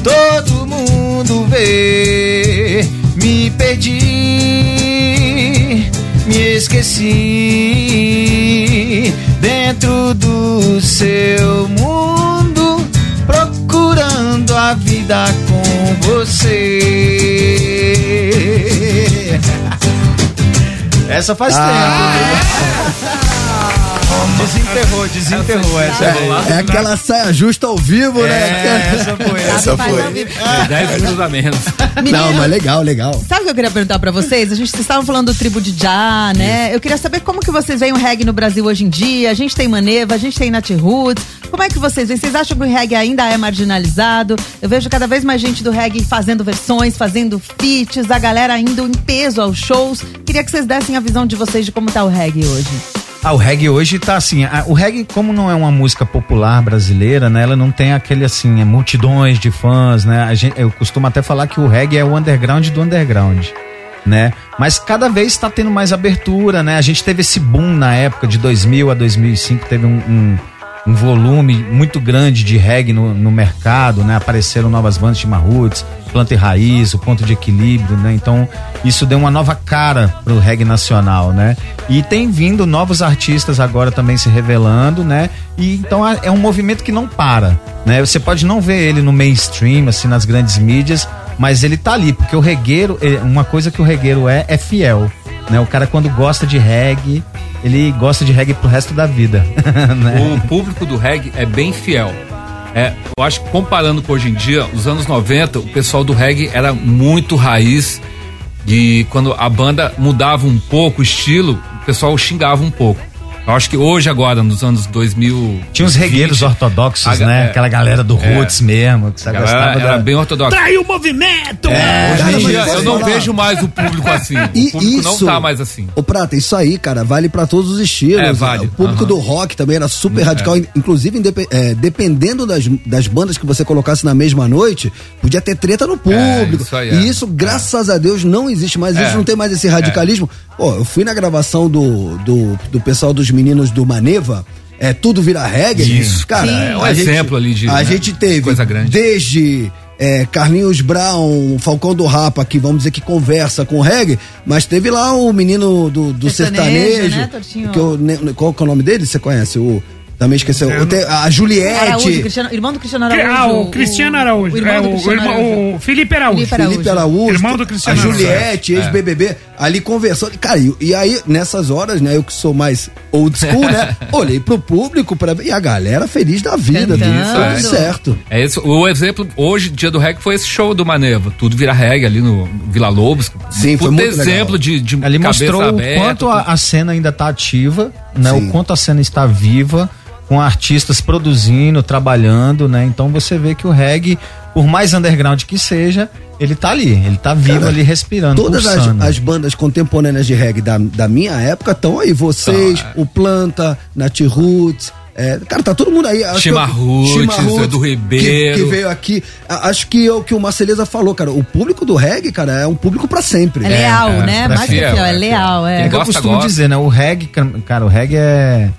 Todo mundo vê, me perdi, me esqueci. Dentro do seu mundo, procurando a vida com você. Essa faz é? tempo. Desenterrou, desenterrou essa aí. É, é aquela saia justa ao vivo, né? Essa foi, essa foi. É, Dez minutos a menos. Não, mas é legal, legal. Sabe o que eu queria perguntar pra vocês? A gente vocês estavam falando do tribo de Já, né? Eu queria saber como que vocês veem o reggae no Brasil hoje em dia. A gente tem Maneva, a gente tem Nat Roots. Como é que vocês veem? Vocês acham que o reggae ainda é marginalizado? Eu vejo cada vez mais gente do reggae fazendo versões, fazendo feats, a galera indo em peso aos shows. Queria que vocês dessem a visão de vocês de como tá o reggae hoje. Ah, o reggae hoje tá assim. a- o reggae, como não é uma música popular brasileira, né? Ela não tem aquele assim, é, multidões de fãs, né? a gente- eu costumo até falar que o reggae é o underground do underground. Né? Mas cada vez está tendo mais abertura, né? A gente teve esse boom na época de 2000 a 2005, teve um, um- um volume muito grande de reggae no, no mercado, né? Apareceram novas bandas de Roots, Planta e Raiz, o Ponto de Equilíbrio, né? Então isso deu uma nova cara pro reggae nacional, né? E tem vindo novos artistas agora também se revelando, né? E então a- é um movimento que não para, né? Você pode não ver ele no mainstream, assim, nas grandes mídias, mas ele tá ali, porque o regueiro, é- uma coisa que o regueiro é, é fiel, né? O cara quando gosta de reggae, ele gosta de reggae pro resto da vida, né? O público do reggae é bem fiel. É, eu acho que comparando com hoje em dia, os anos 90, o pessoal do reggae era muito raiz. E quando a banda mudava um pouco o estilo, o pessoal xingava um pouco. Eu acho que hoje, agora, nos anos 2000. Tinha uns regueiros ortodoxos, a ga- né? é. Aquela galera do É. roots mesmo, que A sabe, galera gostava da... era bem ortodoxa. Traiu o movimento! É, hoje cara, em mas dia, eu posso eu não falar. vejo mais o público assim. E o público isso- não tá mais assim. Ô, Prata, isso aí, cara, vale pra todos os estilos. É, vale. O público Aham. do rock também era super É. radical. in- Inclusive, indepe- é, dependendo das, das bandas que você colocasse na mesma noite, podia ter treta no público. isso aí, é. E isso, graças a Deus, não existe mais. É. Isso não tem mais esse radicalismo. É. Pô, eu fui na gravação do, do, do pessoal dos meninos do Maneva. É tudo vira reggae. Isso. cara. Sim. É um a gente- exemplo ali de, A né, gente teve coisa grande. desde é, Carlinhos Brown, Falcão do Rapa, que vamos dizer que conversa com o reggae, mas teve lá o menino do, do Sertanejo, sertanejo. né, Tortinho? que eu ne- qual que é o nome dele? Você conhece? O, também esqueceu. É, O te- a Araújo, Juliette. Cristiano, irmão do Cristiano Que- Araújo. ah, o Cristiano Araújo. irmão É, do o Cristiano irmão- Araújo. o Felipe Araújo. Felipe Araújo, Irmão do Cristiano a Araújo. Juliette, É. ex-BBB, ali conversando. Cara, e, e aí, nessas horas, né, eu que sou mais old school, né, olhei pro público pra, ver- e a galera feliz da vida, tudo Isso, é. Tá certo. É esse, o exemplo, hoje, dia do reggae, foi esse show do Maneva. Tudo vira reggae ali no Vila Lobos. Sim, foi Puta muito legal. exemplo de, de Ele cabeça mostrou aberta. o quanto a, a cena ainda está ativa, né? O quanto a cena está viva, com artistas produzindo, trabalhando, né? Então você vê que o reggae, por mais underground que seja, ele tá ali, ele tá vivo Cara, ali respirando, Todas as, pulsando. as bandas contemporâneas de reggae da, da minha época estão aí. Vocês, o Planta, Nat Roots. é, cara, tá todo mundo aí. Acho que eu- Chimarrutes, Chimarrutes, Edu que- é Ribeiro. Que, veio aqui. A- acho que é o que o Marceleza falou, cara. O público do reggae, cara, é um público pra sempre. É leal, né? Mais que fiel, é leal, É é. o que eu costumo dizer, né? O reggae, cara, o reggae é.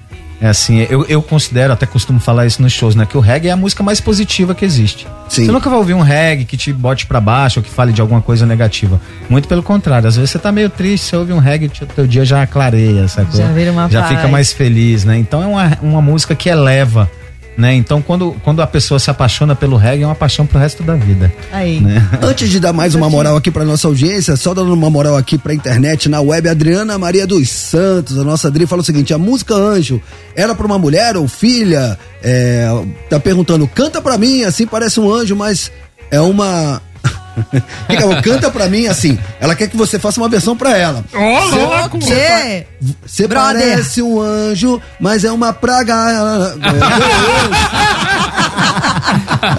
É assim, eu, eu considero, até costumo falar isso nos shows, né? Que o reggae é a música mais positiva que existe. Você nunca vai ouvir um reggae que te bote pra baixo ou que fale de alguma coisa negativa. Muito pelo contrário, às vezes você tá meio triste, você ouve um reggae, o teu dia já clareia, sacou? Já vira uma Já paz. fica mais feliz, né? Então é uma, uma música que eleva, né? Então quando, quando a pessoa se apaixona pelo reggae, é uma paixão pro resto da vida. Aí. Né? Antes de dar mais uma moral aqui pra nossa audiência, só dando uma moral aqui pra internet na web, Adriana Maria dos Santos, a nossa Adri, fala o seguinte: a música Anjo era pra uma mulher ou filha? É, tá perguntando, canta pra mim, assim parece um anjo, mas é uma. Que que ela- canta pra mim assim. Ela quer que você faça uma versão pra ela. Cê- cê pa- É. Você Brother. parece um anjo, mas é uma praga.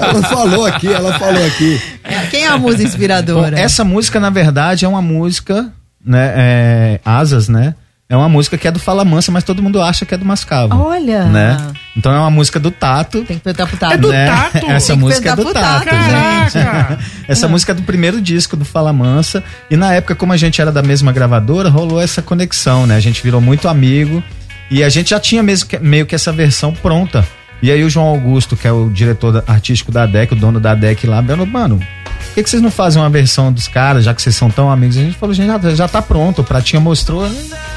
ela falou aqui, ela falou aqui. Quem é a musa inspiradora? Bom, essa música, na verdade, é uma música, né? é, Asas, né? É uma música que é do Fala Mansa, mas todo mundo acha que é do Mascavo. Olha. Né? Então é uma música do Tato. Tem que perguntar pro É Tato. Essa Tem que música perguntar é do pro Tato, Tato, né? gente. Essa música é do primeiro disco do Fala Mansa. E na época, como a gente era da mesma gravadora, rolou essa conexão, né? A gente virou muito amigo. E a gente já tinha mesmo que- meio que essa versão pronta. E aí o João Augusto, que é o diretor da- artístico da DEC, o dono da DEC lá, falou, mano, por que, que vocês não fazem uma versão dos caras, já que vocês são tão amigos? A gente falou, gente, já, já tá pronto, o Pratinha mostrou,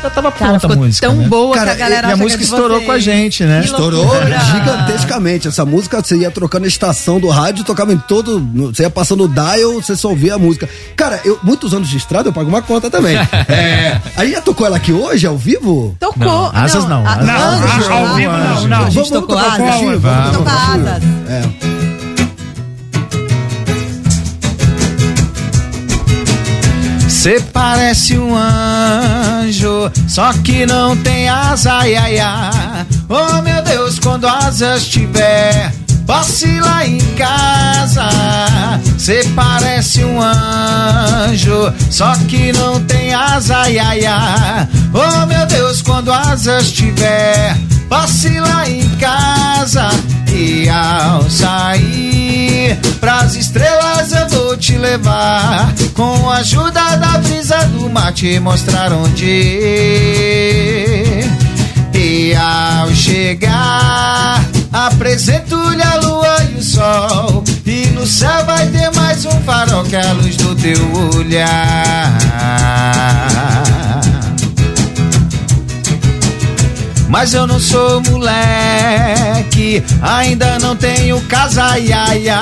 já tava Cara, pronta a ficou música. tão né? boa que a galera E a fica música de estourou vocês. com a gente, né? Que Estourou loucura. É gigantescamente. Essa música você ia trocando a estação do rádio, tocava em todo. no- Você ia passando o dial, você só ouvia a música. Cara, eu, muitos anos de estrada eu pago uma conta também. É, a gente já tocou ela aqui hoje, ao vivo? Tocou. Não, asas não, a- asas não, não, ao vivo não, Anjo. não. A gente Vamos, vamos tocou tocar um asas. trechinho? Vamos Vamos tocar tocar um asas. trechinho? É. Cê parece um anjo, só que não tem asa, ai, ai, ai. Oh meu Deus, quando asas tiver, posso ir lá em casa. Cê parece um anjo, só que não tem asa, ai, ai, ai. Oh meu Deus, quando asas tiver, posso ir lá em casa. E ao sair pras estrelas eu vou te levar. Com a ajuda da brisa do mar te mostrar onde. E ao chegar, apresento-lhe a lua e o sol. E no céu vai ter mais um farol que é a luz do teu olhar. Mas eu não sou moleque, ainda não tenho casa, ia, ia.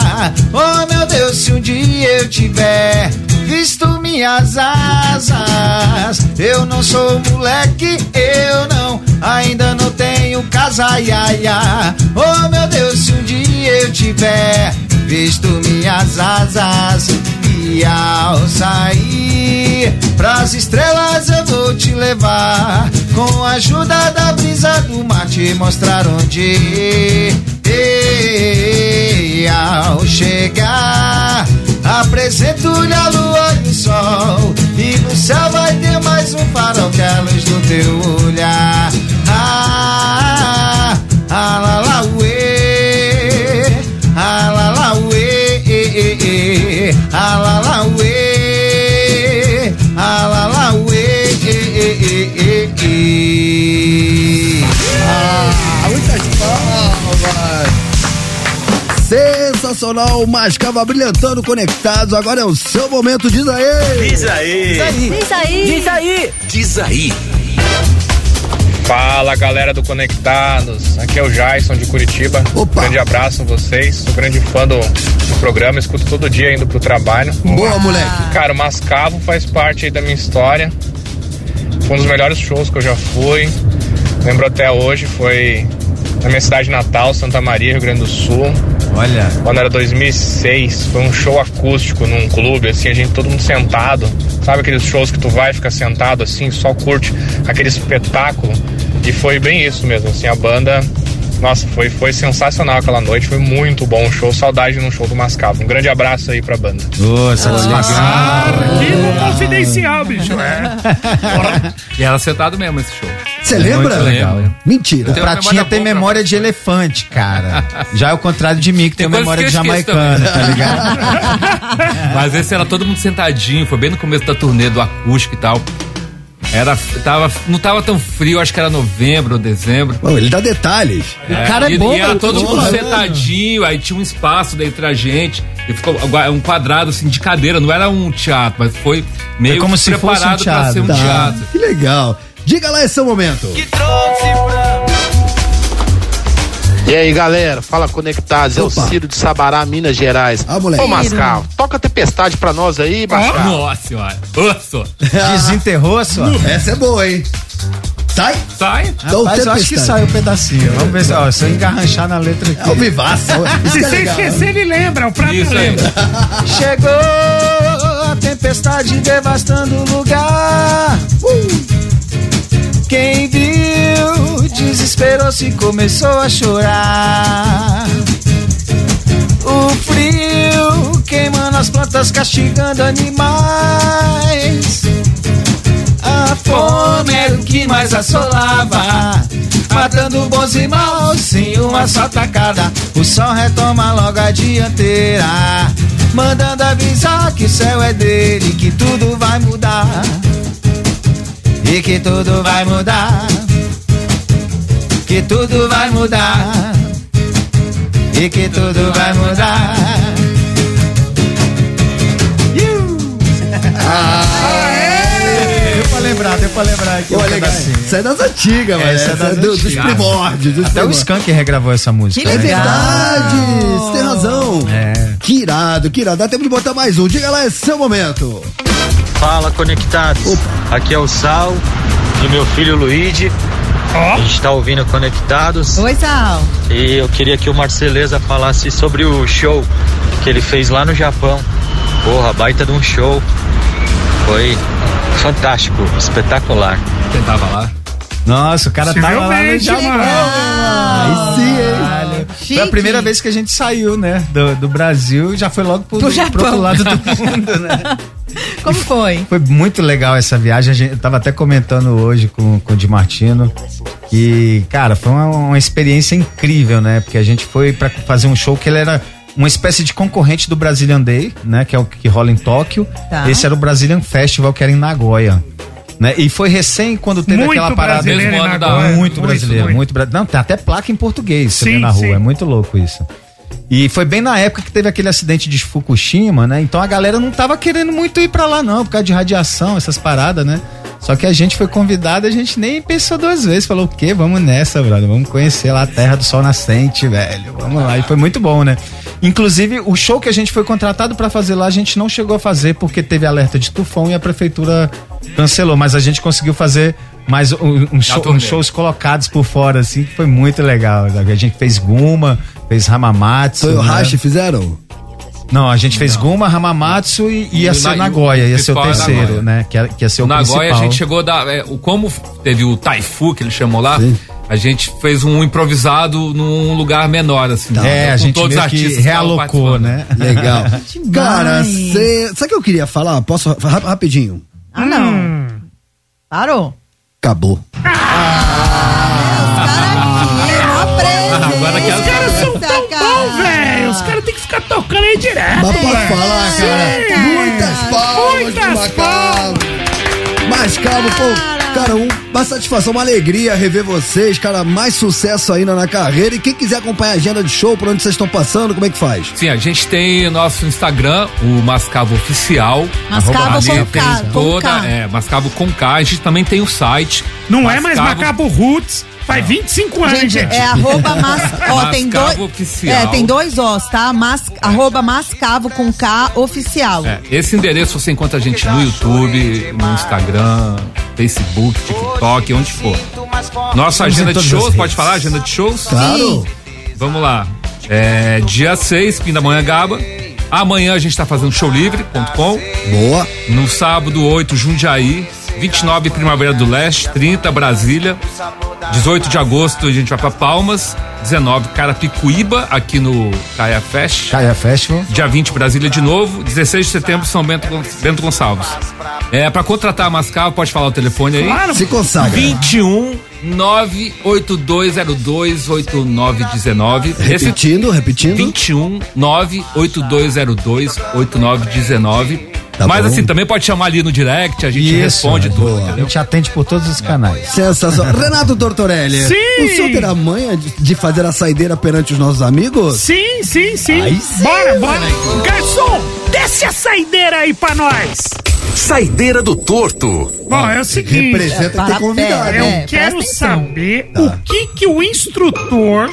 Oh meu Deus, se um dia eu tiver visto minhas asas, eu não sou moleque, eu não, ainda não tenho casa, ia, ia. Oh meu Deus, se um dia eu tiver visto minhas asas, e ao sair pras estrelas eu vou te levar Com a ajuda da brisa do mar te mostrar onde E ao chegar Apresento-lhe a lua e o sol E no céu vai ter mais um farol Que é a luz do teu olhar Ah, ah, ah lá, lá, uê Ah, lá, lá, uê Alalauê, alalauê, e, e, e, e, e. Ah, muitas palmas! Sensacional, Mascava brilhantando, conectados. Agora é o seu momento, diz aí! Diz aí. Diz aí. Diz aí. Diz aí. Fala galera do Conectados, aqui é o Jason de Curitiba. Grande abraço a vocês, sou grande fã do, do programa, escuto todo dia indo pro trabalho. Boa, moleque! Cara, o Mascavo faz parte aí da minha história. Foi um dos melhores shows que eu já fui. Lembro até hoje, foi na minha cidade natal, Santa Maria, Rio Grande do Sul. Olha. Quando era 2006, foi um show acústico num clube, assim, a gente todo mundo sentado. Sabe aqueles shows que tu vai ficar sentado assim, só curte aquele espetáculo? E foi bem isso mesmo, assim, a banda. Nossa, foi, foi sensacional aquela noite, foi muito bom o show. Saudade num show do Mascavo. Um grande abraço aí pra banda. Ô, satisfação. Arquivo confidencial, bicho. E era sentado mesmo esse show. Você É lembra? muito legal. Mentira. Eu O tenho uma Pratinha memória tem boa, memória de elefante, cara. Já é o contrário de mim, que tem, Tem coisas memória que de eu esqueço jamaicana, tá também. ligado? Mas esse era todo mundo sentadinho, foi bem no começo da turnê do acústico e tal. Era, tava, não tava tão frio, acho que era novembro ou dezembro. Bom, ele dá detalhes. É, e, E era todo mundo sentadinho, aí tinha um espaço entre a gente. E ficou agora, um quadrado assim de cadeira, não era um teatro, mas foi meio É como que se preparado fosse um pra ser teatro. um Tá, teatro. Que legal. Diga lá esse seu momento. E aí, galera, fala conectados. É o Ciro de Sabará, Minas Gerais. Ah, moleque. Ô, Mascal, toca tempestade pra nós aí, Mascal. Nossa senhora. Osso. Desenterrou só? Essa é boa, hein? Sai? Sai. Rapaz, eu acho que saiu um pedacinho. Vamos ver se, ó, se eu engarranchar na letra aqui. É o vivaço. Se é você esquecer, ele lembra. O prato lembra. né? Chegou a tempestade devastando o lugar. Quem viu desesperou-se e começou a chorar. O frio queimando as plantas, castigando animais. A fome era o que mais assolava. Matando bons e maus em uma só tacada. O sol retoma logo a dianteira. Mandando avisar que o céu é dele, que tudo vai mudar. E que tudo vai mudar. Que tudo vai mudar. E que tudo vai mudar. Iu! Eu falei, lembrar, deu pra lembrar aqui. Olha, cara, isso é das antigas, É, velho. isso é Isso das é do- dos antigas. primórdios. dos Até o primórdios. Skank regravou essa música. né? É. Que é verdade! Você tem razão. Que irado, que irado. Dá tempo de botar mais um. Diga lá, é seu momento. Fala Conectados, aqui é o Sal e meu filho Luigi. A gente está ouvindo Conectados. Oi, Sal. E eu queria que o Marceleza falasse sobre o show que ele fez lá no Japão. Porra, baita de um show. Foi fantástico, espetacular. Quem tava lá? Nossa, o cara Se tava viu lá bem, no Japão. legal. Aí sim, hein? Foi a Chique. primeira vez que a gente saiu, né? Do, do Brasil e já foi logo pro, Pro pro Japão. outro lado do mundo, né? Como foi? Foi muito legal essa viagem. A gente- eu tava até comentando hoje com, com o Di Martino. E, cara, foi uma, uma experiência incrível, né? Porque a gente foi pra fazer um show que ele era uma espécie de concorrente do Brazilian Day, né? Que é o que rola em Tóquio. Tá. Esse era o Brazilian Festival, que era em Nagoya. Né? E foi recém quando teve Muito aquela parada. brasileiro em Muito, Nagoya. Muito, brasileiro, muito. muito brasileiro. Não, tem até placa em português, você vê Sim, na rua. sim. É muito louco isso. E foi bem na época que teve aquele acidente de Fukushima, né? Então a galera não tava querendo muito ir pra lá, não, por causa de radiação, essas paradas, né? Só que a gente foi convidado, a gente nem pensou duas vezes. Falou, o quê? Vamos nessa, brother. Vamos conhecer lá a Terra do Sol Nascente, velho. Vamos lá. E foi muito bom, né? Inclusive, o show que a gente foi contratado pra fazer lá, a gente não chegou a fazer porque teve alerta de tufão e a prefeitura cancelou. Mas a gente conseguiu fazer mais um, um show, turnê. um show shows colocados por fora, assim, que foi muito legal. sabe? A gente fez Guma, fez Hamamatsu. Foi o né? Rashi, fizeram? Não, a gente fez Guma, Hamamatsu e e ia E ser na- Nagoya, ia ser o principal é terceiro, Nagoya. né? Que, era- que ia ser o Na principal. Goia a gente chegou da. é, o, como teve o Taifu, que ele chamou lá, a gente fez um improvisado num lugar menor, assim. É, a gente meio que que estavam realocou, participando. né? Legal. Cara, cê... sabe o que eu queria falar? Posso ra- rapidinho? Ah, não. Hum. Parou. Acabou. Agora que Os caras são tão bons, velho. Os caras têm que ficar tocando aí direto. Mas pode velho. falar, cara. Sim. Muitas palmas Muitas de Macau. Mas calma, pô. Cara, um- uma satisfação, uma alegria rever vocês, cara. Mais sucesso ainda na carreira. E quem quiser acompanhar a agenda de show, por onde vocês estão passando, como é que faz? Sim, a gente tem nosso Instagram, o Mascavo Oficial. Mascavo Arroba ali, com tem K, com toda, K. É, Mascavo com K. A gente também tem o site. Não é mais Macabo Roots. Faz 25 anos, Gente, gente. é arroba mas, ó, tem dois, Mascavo Oficial. é, tem dois Os, tá? Mas, arroba mascavo com K oficial. É, esse endereço você encontra a gente no YouTube, no Instagram, Facebook, TikTok, onde for. Nossa Estamos em agenda de todas as shows, redes. pode falar? Agenda de shows? Claro. Vamos lá. É, dia 6, Pindamonha Gaba. Amanhã a gente tá fazendo showlivre.com. Boa. No sábado 8, Jundiaí. 29, Primavera do Leste. 30, Brasília. 18 de agosto a gente vai pra Palmas. 19, Carapicuíba, aqui no Caia Fest. Caia Festival. Dia 20, Brasília de novo. 16 de setembro, São Bento, Gon- Bento Gonçalves. É, pra contratar a Mascavo, pode falar o telefone aí? Claro. Se consagra. 21 98202 8919. Repetindo, repetindo. 21 98202 8919. Mas Tá bom. assim, também pode chamar ali no direct, a gente responde né? tudo. Boa. A gente atende por todos os canais. Sensacional. Renato Tortorelli. Sim. O senhor terá manha de de fazer a saideira perante os nossos amigos? Sim, sim, sim. Bora, bora. Garçom, desce a saideira aí pra nós. Saideira do Torto. Bom, é o seguinte. É Representa ter né? convidado, Eu hein? quero Presta atenção. saber o que que o instrutor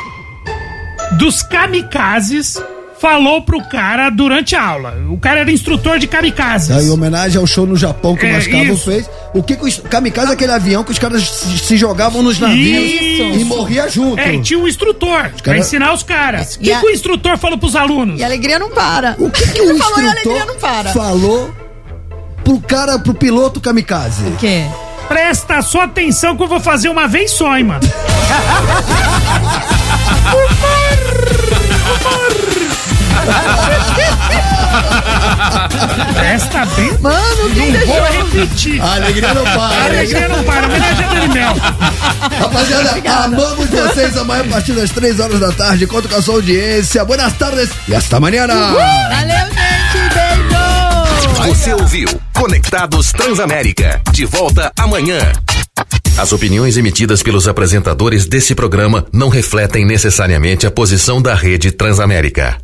dos kamikazes falou pro cara durante a aula. O cara era instrutor de kamikazes. Tá, em homenagem ao show no Japão que o É, Mascavo isso. fez. O que, que os kamikaze é aquele avião que os caras se se jogavam nos navios e morria junto. É, e tinha um instrutor pra cara- ensinar os caras. O E que, a- que o instrutor falou pros alunos? E a alegria não para. O que, que o Ele falou e a alegria não instrutor para. falou pro cara, pro piloto kamikaze? O quê? Presta só atenção que eu vou fazer uma vez só, hein, mano. Presta bem. Mano, quem não deixou? vou repetir. A alegria não para. A alegria não para. Homenagem a Dani Mel. Rapaziada, amamos vocês amanhã a partir das 3 horas da tarde. Conto com a sua audiência. Buenas tardes e hasta mañana. Valeu, gente. Beijo. Você ouviu Conectados Transamérica. De volta amanhã. As opiniões emitidas pelos apresentadores desse programa não refletem necessariamente a posição da rede Transamérica.